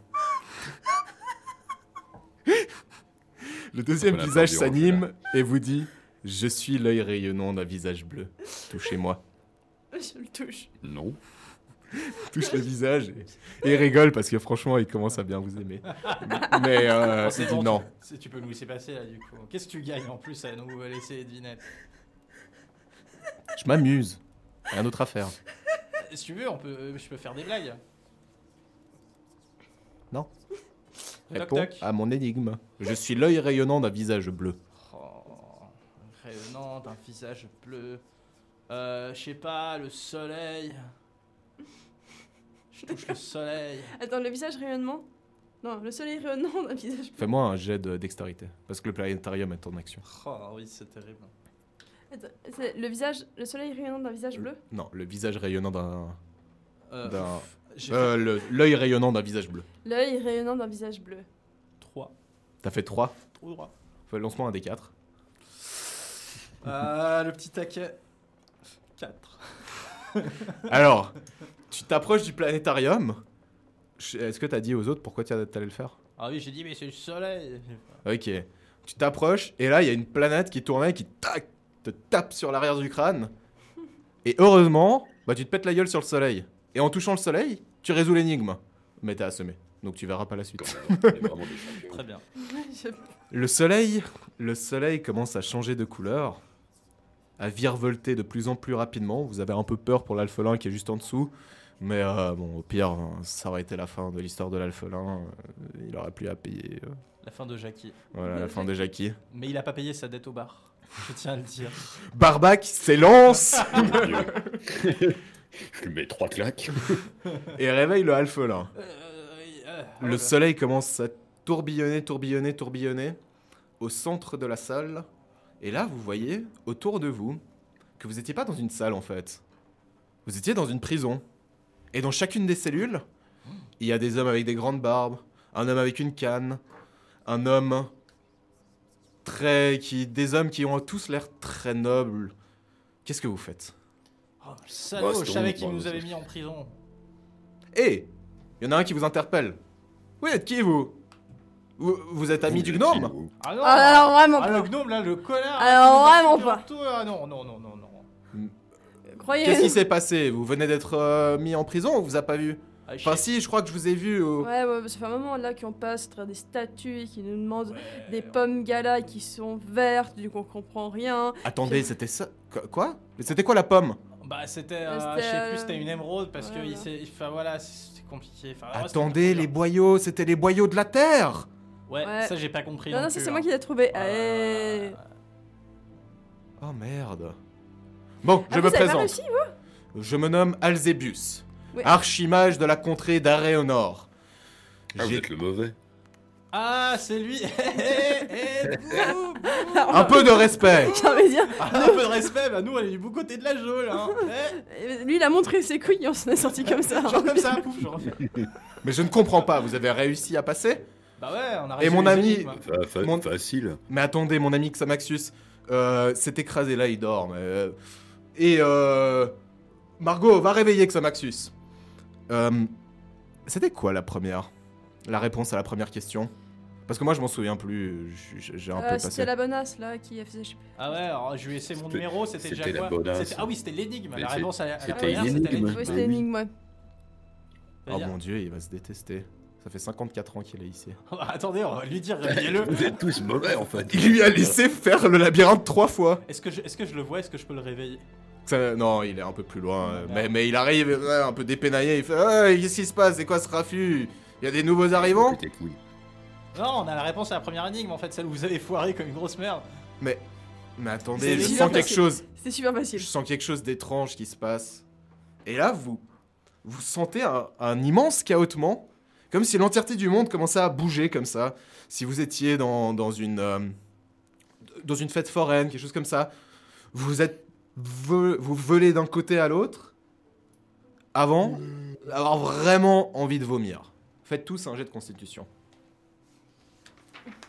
A: Le deuxième
F: On a
A: visage
F: perdu
A: s'anime et vous dit Je suis l'œil rayonnant d'un visage bleu. Touchez-moi.
C: Je le touche.
F: Non.
A: Touche le visage et, et rigole parce que franchement, il commence à bien vous aimer. Mais
B: Oh,
A: euh, il dit non.
B: Tu, tu peux nous laisser passer là du coup. Qu'est-ce que tu gagnes en plus à nous euh, laisser les devinettes
A: Je m'amuse. Rien d'autre à faire.
B: Si tu veux, on peut, euh, je peux faire des blagues.
A: Non.
B: Toc
A: Réponds Ah.
B: toc.
A: à mon énigme. Je suis l'œil rayonnant d'un visage bleu.
B: Oh, rayonnant d'un visage bleu. Euh, je sais pas, le soleil. Je touche le soleil.
C: Attends, le visage rayonnement Non, le soleil rayonnant d'un visage.
A: Fais-moi un jet de dextérité parce que le planétarium est en action.
B: Oh oui, c'est terrible.
C: Attends, c'est le visage, le soleil rayonnant d'un visage bleu
A: Non, le visage rayonnant d'un.
B: Euh,
A: D'un-
B: pff, J'ai
A: Euh,
B: fait
A: le- L'œil rayonnant d'un visage bleu.
C: L'œil rayonnant d'un visage bleu.
B: 3.
A: T'as fait 3
B: Trop droit.
A: Lance-moi un des 4.
B: Ah, le petit taquet. 4.
A: Alors, tu t'approches du planétarium. Je- Est-ce que t'as dit aux autres pourquoi tu allais le faire
B: Ah oui, j'ai dit, mais c'est le soleil.
A: Ok. Tu t'approches et là, il y a une planète qui tournait qui tac, te tape sur l'arrière du crâne. Et heureusement, bah, tu te pètes la gueule sur le soleil. Et en touchant le soleil, tu résous l'énigme. Mais t'es assommé. Donc tu verras pas la suite.
F: Quand même, on est vraiment des champions.
B: Très bien.
C: Je-
A: Le soleil, le soleil commence à changer de couleur, à virevolter de plus en plus rapidement. Vous avez un peu peur pour l'alphelin qui est juste en dessous, mais euh, bon, au pire, hein, ça aurait été la fin de l'histoire de l'alphelin. euh, Il aurait plus à payer. euh,
B: La fin de Jackie.
A: voilà, la fin de Jackie.
B: Mais il a pas payé sa dette au bar. Je tiens à le dire.
A: Barbac s'élance
D: Mon Dieu.
F: Je lui mets trois claques.
A: et réveille le alphelin.
B: Euh, oui, euh,
A: Le
B: oh là.
A: soleil commence à tourbillonner, tourbillonner, tourbillonner au centre de la salle. Et là, vous voyez autour de vous que vous n'étiez pas dans une salle en fait. Vous étiez dans une prison. Et dans chacune des cellules, il y a des hommes avec des grandes barbes, un homme avec une canne, un homme très qui des hommes qui ont tous l'air très nobles. Qu'est-ce que vous faites
B: Oh, le salaud,
F: Bah, c'est
B: je savais
F: bon,
B: qu'il
F: bah,
B: nous
F: c'est-
B: avait mis en prison.
A: Hé Eh, Il y en a un qui vous interpelle. Vous êtes qui vous vous, vous êtes ami
F: Vous
A: du
F: êtes
A: gnome
F: qui, vous
B: Ah non
C: Ah, alors vraiment
B: Ah,
C: pas.
B: le gnome là, le connard
C: Alors,
B: là, qui nous a
C: vraiment
B: foutu
C: pas.
B: en tout, Ah non, non, non, non, non.
A: Qu'est-ce
C: Croyez.
A: qui s'est passé Vous venez d'être euh, mis en prison, on vous a pas vu
B: Ah, je
A: Enfin
B: sais-
A: si, je crois que je vous ai vu au...
C: Ouais, ouais, ça fait un moment là qu'on passe travers des statues et qui nous demandent
B: Ouais,
C: des pommes gala qui sont vertes, du coup on comprend rien.
A: Attendez, c'était ça Qu- Quoi Mais c'était quoi la pomme
B: Bah c'était, euh,
C: C'était,
B: je sais
C: euh,
B: plus, c'était une émeraude parce que
C: voilà.
B: il s'est, enfin voilà, c'était compliqué. Enfin,
F: Ah,
B: ouais, c'était
A: Attendez,
B: compliqué.
A: les boyaux, c'était les boyaux de la terre
B: Ouais,
C: Ouais.
B: ça j'ai pas compris.
C: Non, non, ça
B: plus,
C: c'est moi
B: hein.
C: qui l'ai trouvé.
B: Euh,
C: Eh.
A: Oh merde Bon,
C: Ah,
A: je
C: vous
A: me
C: avez pas
A: présente.
C: réussi
A: Je me nomme Alzébus,
C: Oui.
A: archimage de la contrée d'Arrée au Nord.
F: Ah, vous
A: J'ai-
F: êtes le mauvais.
B: Ah, c'est lui. Eh, eh, bouh, bouh.
A: Un peu de respect
C: hein. J'ai envie de dire,
B: Ah, un peu de respect, bah nous on est du beau côté de la geôle. Hein. Eh,
C: euh, lui il a montré ses couilles et on s'en est sorti comme ça. Euh,
B: genre comme ça, pouf, je refais.
A: Mais je ne comprends pas, vous avez réussi à passer
B: Bah ouais, on a.
A: Et
B: résolu
A: mon
B: les
A: ami-
B: énigmes.
F: Fa- fa-
A: Mon-
F: Facile.
A: Mais attendez, mon ami Xamaxus euh, s'est écrasé là, il dort. mais, euh, et euh, Margot, va réveiller Xamaxus. Euh, C'était quoi la première La réponse à la première question Parce que moi, je m'en souviens plus. je- je- J'ai un
C: Euh,
A: peu
C: C'était
A: passé.
C: la bonasse là qui faisait. je sais plus.
B: Ah ouais, alors je lui ai laissé mon
F: C'était-
B: numéro, c'était déjà
F: c'était la
B: quoi
F: bonasse.
B: C'était- Ah oui, c'était l'énigme.
F: Mais
B: La
F: c'est-
B: réponse à la à la
F: c'était
B: première,
F: une énigme.
B: c'était l'énigme.
C: Ouais,
F: oui.
C: c'était l'énigme, ouais.
A: Oh
B: C'est-à-dire-
A: mon dieu, il va se détester. Ça fait 54 ans qu'il est ici.
F: Ah
B: Attendez, on va lui dire réveillez-le.
F: Vous êtes tous mauvais en fait.
A: Il lui a laissé faire le labyrinthe trois fois.
B: Est-ce que, je, est-ce que je le vois Est-ce que je peux le réveiller
A: Ça- non, il est un peu plus loin. euh,
B: Voilà.
A: mais, mais il arrive euh, un peu dépénaillé. Il fait Hey, Qu'est-ce qui se passe C'est quoi ce raffut Il y a des nouveaux arrivants
F: Tes couilles.
B: Non, on a la réponse à la première énigme en fait, celle où vous avez foiré comme une grosse merde.
A: Mais, mais
C: C'est
A: attendez, je
C: bizarre
A: sens
C: parce
A: quelque
C: que-
A: chose.
C: C'était super
A: Je
C: facile.
A: sens quelque chose d'étrange qui se passe. Et là, vous, vous sentez un, un immense chaotement, comme si l'entièreté du monde commençait à bouger comme ça. Si vous étiez dans, dans une euh, dans une fête foraine, quelque chose comme ça, vous êtes ve- vous velez d'un côté à l'autre, avant d'avoir vraiment envie de vomir. Faites tous un jet de constitution.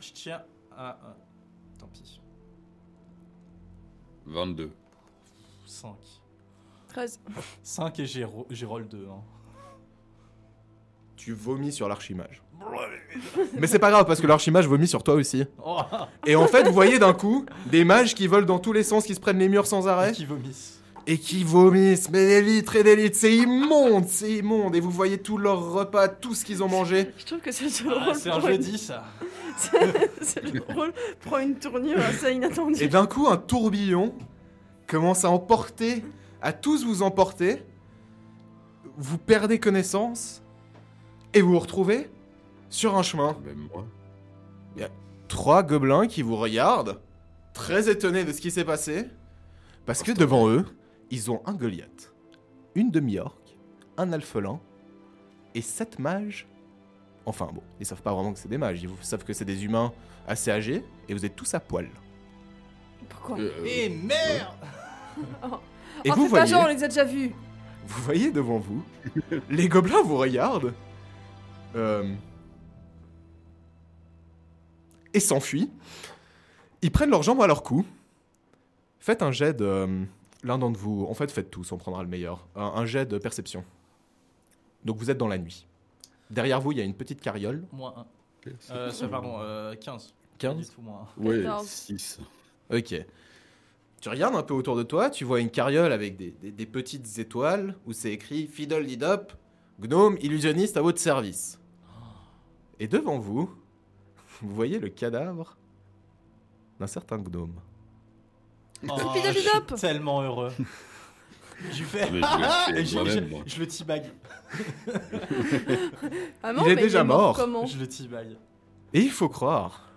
B: Je tiens à. euh, tant pis.
F: 22.
B: 5.
C: 13.
B: 5 et j'ai, ro- j'ai roll 2. Hein.
A: tu vomis sur l'archimage. Mais c'est pas grave parce que l'archimage vomit sur toi aussi.
B: Oh,
A: Et en fait, vous voyez d'un coup des mages qui volent dans tous les sens, qui se prennent les murs sans arrêt
B: qui vomissent.
A: et qui vomissent, mais des litres et des litres, c'est immonde, c'est immonde. Et vous voyez tout leur repas, tout ce qu'ils ont mangé.
C: Je trouve que c'est le
B: Ah,
C: rôle.
B: c'est un
C: prend une-
B: jeudi, ça.
C: c'est le rôle prend une tournure assez inattendue.
A: Et d'un coup, un tourbillon commence à emporter, à tous vous emporter. Vous perdez connaissance et vous vous retrouvez sur un chemin.
F: Même Ah ben, moi.
A: Trois gobelins qui vous regardent, très étonnés de ce qui s'est passé, parce que devant eux, ils ont un Goliath, une demi-orque, un alphelin et sept mages. Enfin bon, ils savent pas vraiment que c'est des mages, ils vous- savent que c'est des humains assez âgés et vous êtes tous à poil.
C: Pourquoi
F: Euh,
B: Et merde
A: Et
C: Oh,
A: vous
C: fais pas
A: voyez.
C: genre, on les a déjà vus.
A: Vous voyez devant vous, les gobelins vous regardent euh, et s'enfuient. Ils prennent leurs jambes à leur cou. Faites un jet de. euh, L'un d'entre vous. En fait, faites tous, on prendra le meilleur. Un, un jet de perception. Donc vous êtes dans la nuit. Derrière vous, il y a une petite carriole.
B: Moins
F: ok,
B: 1. Euh, ça, pardon, euh, 15. Pas du tout, moins
F: Ouais,
C: Quatorze.
F: 6.
A: Ok. Tu regardes un peu autour de toi, tu vois une carriole avec des, des- des petites étoiles où c'est écrit Fiddle Did Up, Gnome, illusionniste à votre service. Et devant vous, vous voyez le cadavre d'un certain gnome.
B: un. Oh,
C: Fidel
B: je
C: Hidop.
B: suis tellement heureux. Je fais.
F: Mais je l'ai fait
B: Et je,
F: moi-même,
B: je-
F: moi.
B: je le teabag.
C: Ah
A: Il est
C: mais
A: déjà mort.
C: Comment
B: Je le teabag.
A: Et il faut croire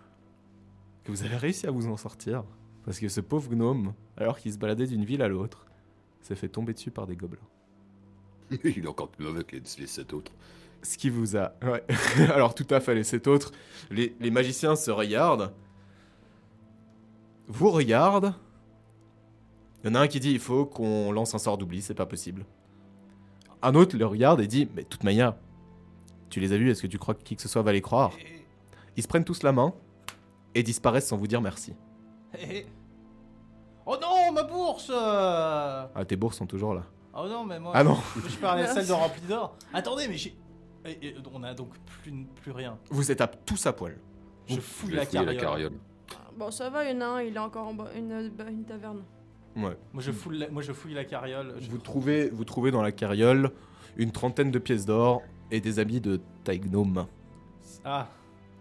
A: que vous avez réussi à vous en sortir parce que ce pauvre gnome, alors qu'il se baladait d'une ville à l'autre, s'est fait tomber dessus par des gobelins.
F: Il est encore plus mauvais que les, les sept autres.
A: ce qui vous a. Ouais. Alors tout à fait, les sept autres, les, les magiciens se regardent, vous regardent. Il y en a un qui dit il faut qu'on lance un sort d'oubli, c'est pas possible. Un autre le regarde et dit mais de toute manière, tu les as vus, est-ce que tu crois que qui que ce soit va les croire
B: Eh,
A: Ils se prennent tous la main et disparaissent sans vous dire merci.
B: eh. Oh non, ma bourse euh.
A: Ah, tes bourses sont toujours là.
B: Oh non, mais moi.
A: Ah non
B: Je parlais à celle de rempli d'or. Attendez, mais j'ai. Et- et on a donc plus, plus rien.
A: Vous êtes à, tous à poil.
B: Je
A: Vous-
B: fouille
F: Je vais
B: la
F: fouiller
B: carriole.
F: la carriole.
C: Bon, ça va, il y en a un, il est encore en bas- une, bah, une taverne.
A: Ouais.
B: Moi, je fouille la, moi, je fouille la carriole. Je-
A: Vous trouvez, vous trouvez dans la carriole une trentaine de pièces d'or et des habits de taille gnome.
B: Ah.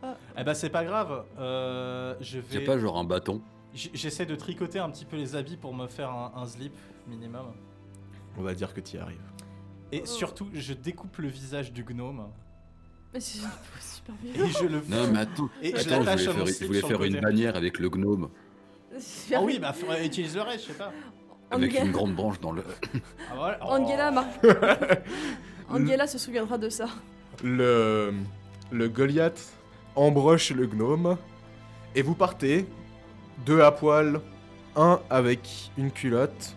C: Ah.
B: Eh ben, c'est pas grave. Euh, je
F: Y a
B: vais.
F: pas genre un bâton
B: j- J'essaie de tricoter un petit peu les habits pour me faire un, un slip minimum.
A: On va dire que t'y arrives.
C: Oh.
B: Et surtout, je découpe le visage du gnome
C: Mais c'est super
B: et
C: vieux.
B: je le. Ah
F: Non, mais attends.
B: Et je
F: Attends,
B: l'attache
F: je
B: à mon
F: voulais faire, je
B: slip
F: voulais
B: sur le
F: faire une
B: côté.
F: bannière avec le gnome,
B: Ah oui, bah faudrait- utilise le reste, je sais pas.
F: avec
C: Angela-
F: une grande branche dans le.
B: Ah, voilà. Oh.
C: Angela, Mar- Angela se souviendra de ça.
A: Le, le Goliath embroche le gnome et vous partez, deux à poil, un avec une culotte.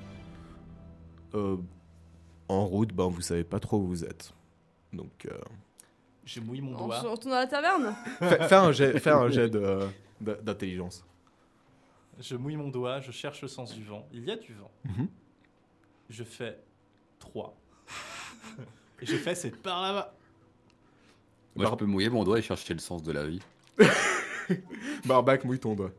A: Euh, en route, ben vous savez pas trop où vous êtes. Donc, euh,
B: Oh, Je mouille mon
C: On
B: doigt.
C: se retourne à la taverne
A: fais, fais un jet, fais un jet de- de- d'intelligence.
B: Je mouille mon doigt, je cherche le sens du vent. Il y a du vent.
A: Mhm.
B: Je fais 3. et je fais c'est par là-bas.
F: Moi, je
A: Barbe-
F: peux mouiller mon doigt et chercher le sens de la vie.
A: Barbac, mouille ton doigt.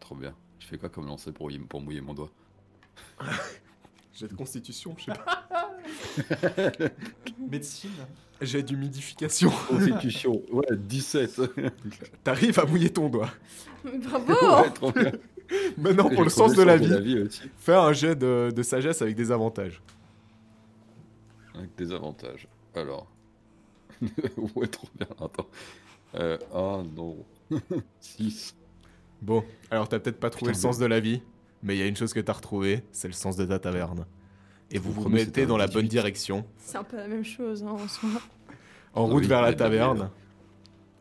F: Trop bien. Je fais quoi comme lancer pour, y- pour mouiller mon doigt
A: Jet de constitution, je sais pas.
B: Médecine.
A: Jet d'humidification.
F: Constitution, ouais, 17.
A: T'arrives à mouiller ton doigt.
C: Bravo
F: trop bien.
A: Maintenant,
F: J'ai
A: pour
F: trouvé
A: le sens de la
F: de la
A: vie,
F: vie aussi.
A: fais un jet de, de sagesse avec des avantages.
F: Avec des avantages. Alors. ouais, trop bien. Attends. Euh, ah non. 6.
A: Bon, alors t'as peut-être pas trouvé
F: Putain,
A: le sens de la vie, mais il y a une chose que t'as retrouvée, c'est le sens de ta taverne. Et vous
F: Vous
A: vous
F: prenez,
A: mettez
F: c'était
A: dans
F: un
A: la bonne
F: 18.
A: direction,
C: C'est un peu la même chose hein, en soi.
A: en
F: Ah
A: route
F: oui,
A: vers la
F: la taverne.
A: taverne,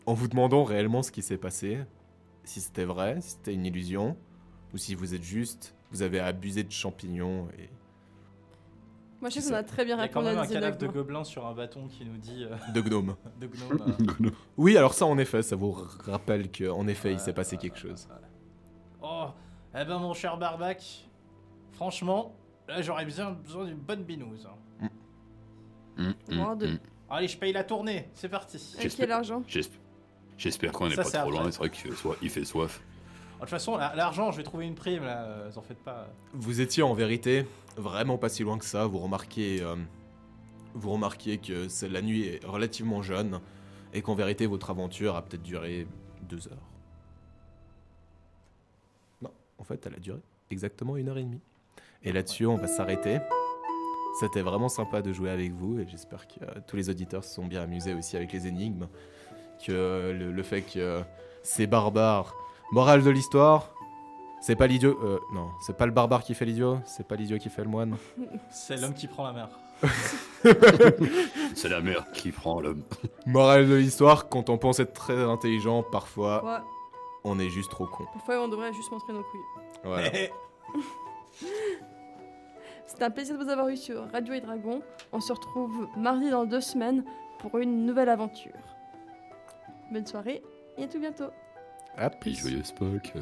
A: en vous demandant réellement ce qui s'est passé, si c'était vrai, si c'était une illusion, ou si vous êtes juste, vous avez abusé de champignons et...
C: Moi je sais
A: C'est
C: qu'on
A: ça.
C: a très bien
B: Il y a quand même
C: répondu à hein.
B: un
C: des
B: cadavre de
C: énigmes.
B: gobelin sur un bâton qui nous dit euh,
A: de gnomes.
B: de gnome. euh,
A: Oui, alors ça en effet, ça vous rappelle qu'en effet il
B: ouais,
A: s'est passé
B: ouais,
A: quelque
B: ouais,
A: chose.
B: ouais. Oh, eh ben mon cher Barbac, franchement, là j'aurais bien besoin d'une bonne binouse. hein.
A: Mm.
F: Hum, hum,
C: Moins deux.
F: hum.
B: Allez, je paye la tournée, c'est parti.
C: Avec quel argent
D: J'esp- J'espère qu'on n'est
B: Ça,
D: pas
B: c'est
D: trop
B: après.
D: loin, c'est vrai qu'il fait, soi- il fait soif.
B: De toute façon, la- l'argent, je vais trouver une prime, là, euh, vous en faites pas.
A: Vous étiez en vérité vraiment pas si loin que ça. Vous remarquez, euh, vous remarquez que c'est- la nuit est relativement jeune et qu'en vérité votre aventure a peut-être duré deux heures. Non, en fait, elle a duré exactement une heure et demie. Et là-dessus, on va s'arrêter. C'était vraiment sympa de jouer avec vous et j'espère que euh, tous les auditeurs se sont bien amusés aussi avec les énigmes. Que euh, le, le fait que euh, ces barbares. Morale de l'histoire, c'est pas l'idiot. euh, non, c'est pas le barbare qui fait l'idiot, c'est pas l'idiot qui fait le moine.
B: C'est l'homme qui prend la mer.
D: C'est la mer qui prend l'homme.
A: Morale de l'histoire, quand on pense être très intelligent, parfois
C: Ouais,
A: on est juste trop con.
C: parfois on devrait juste montrer nos couilles.
A: Voilà.
C: C'était un plaisir de vous avoir eu sur Radio et Dragon. On se retrouve mardi dans deux semaines pour une nouvelle aventure. Bonne soirée et à tout bientôt.
A: Hop.
D: Puis joyeux Spock.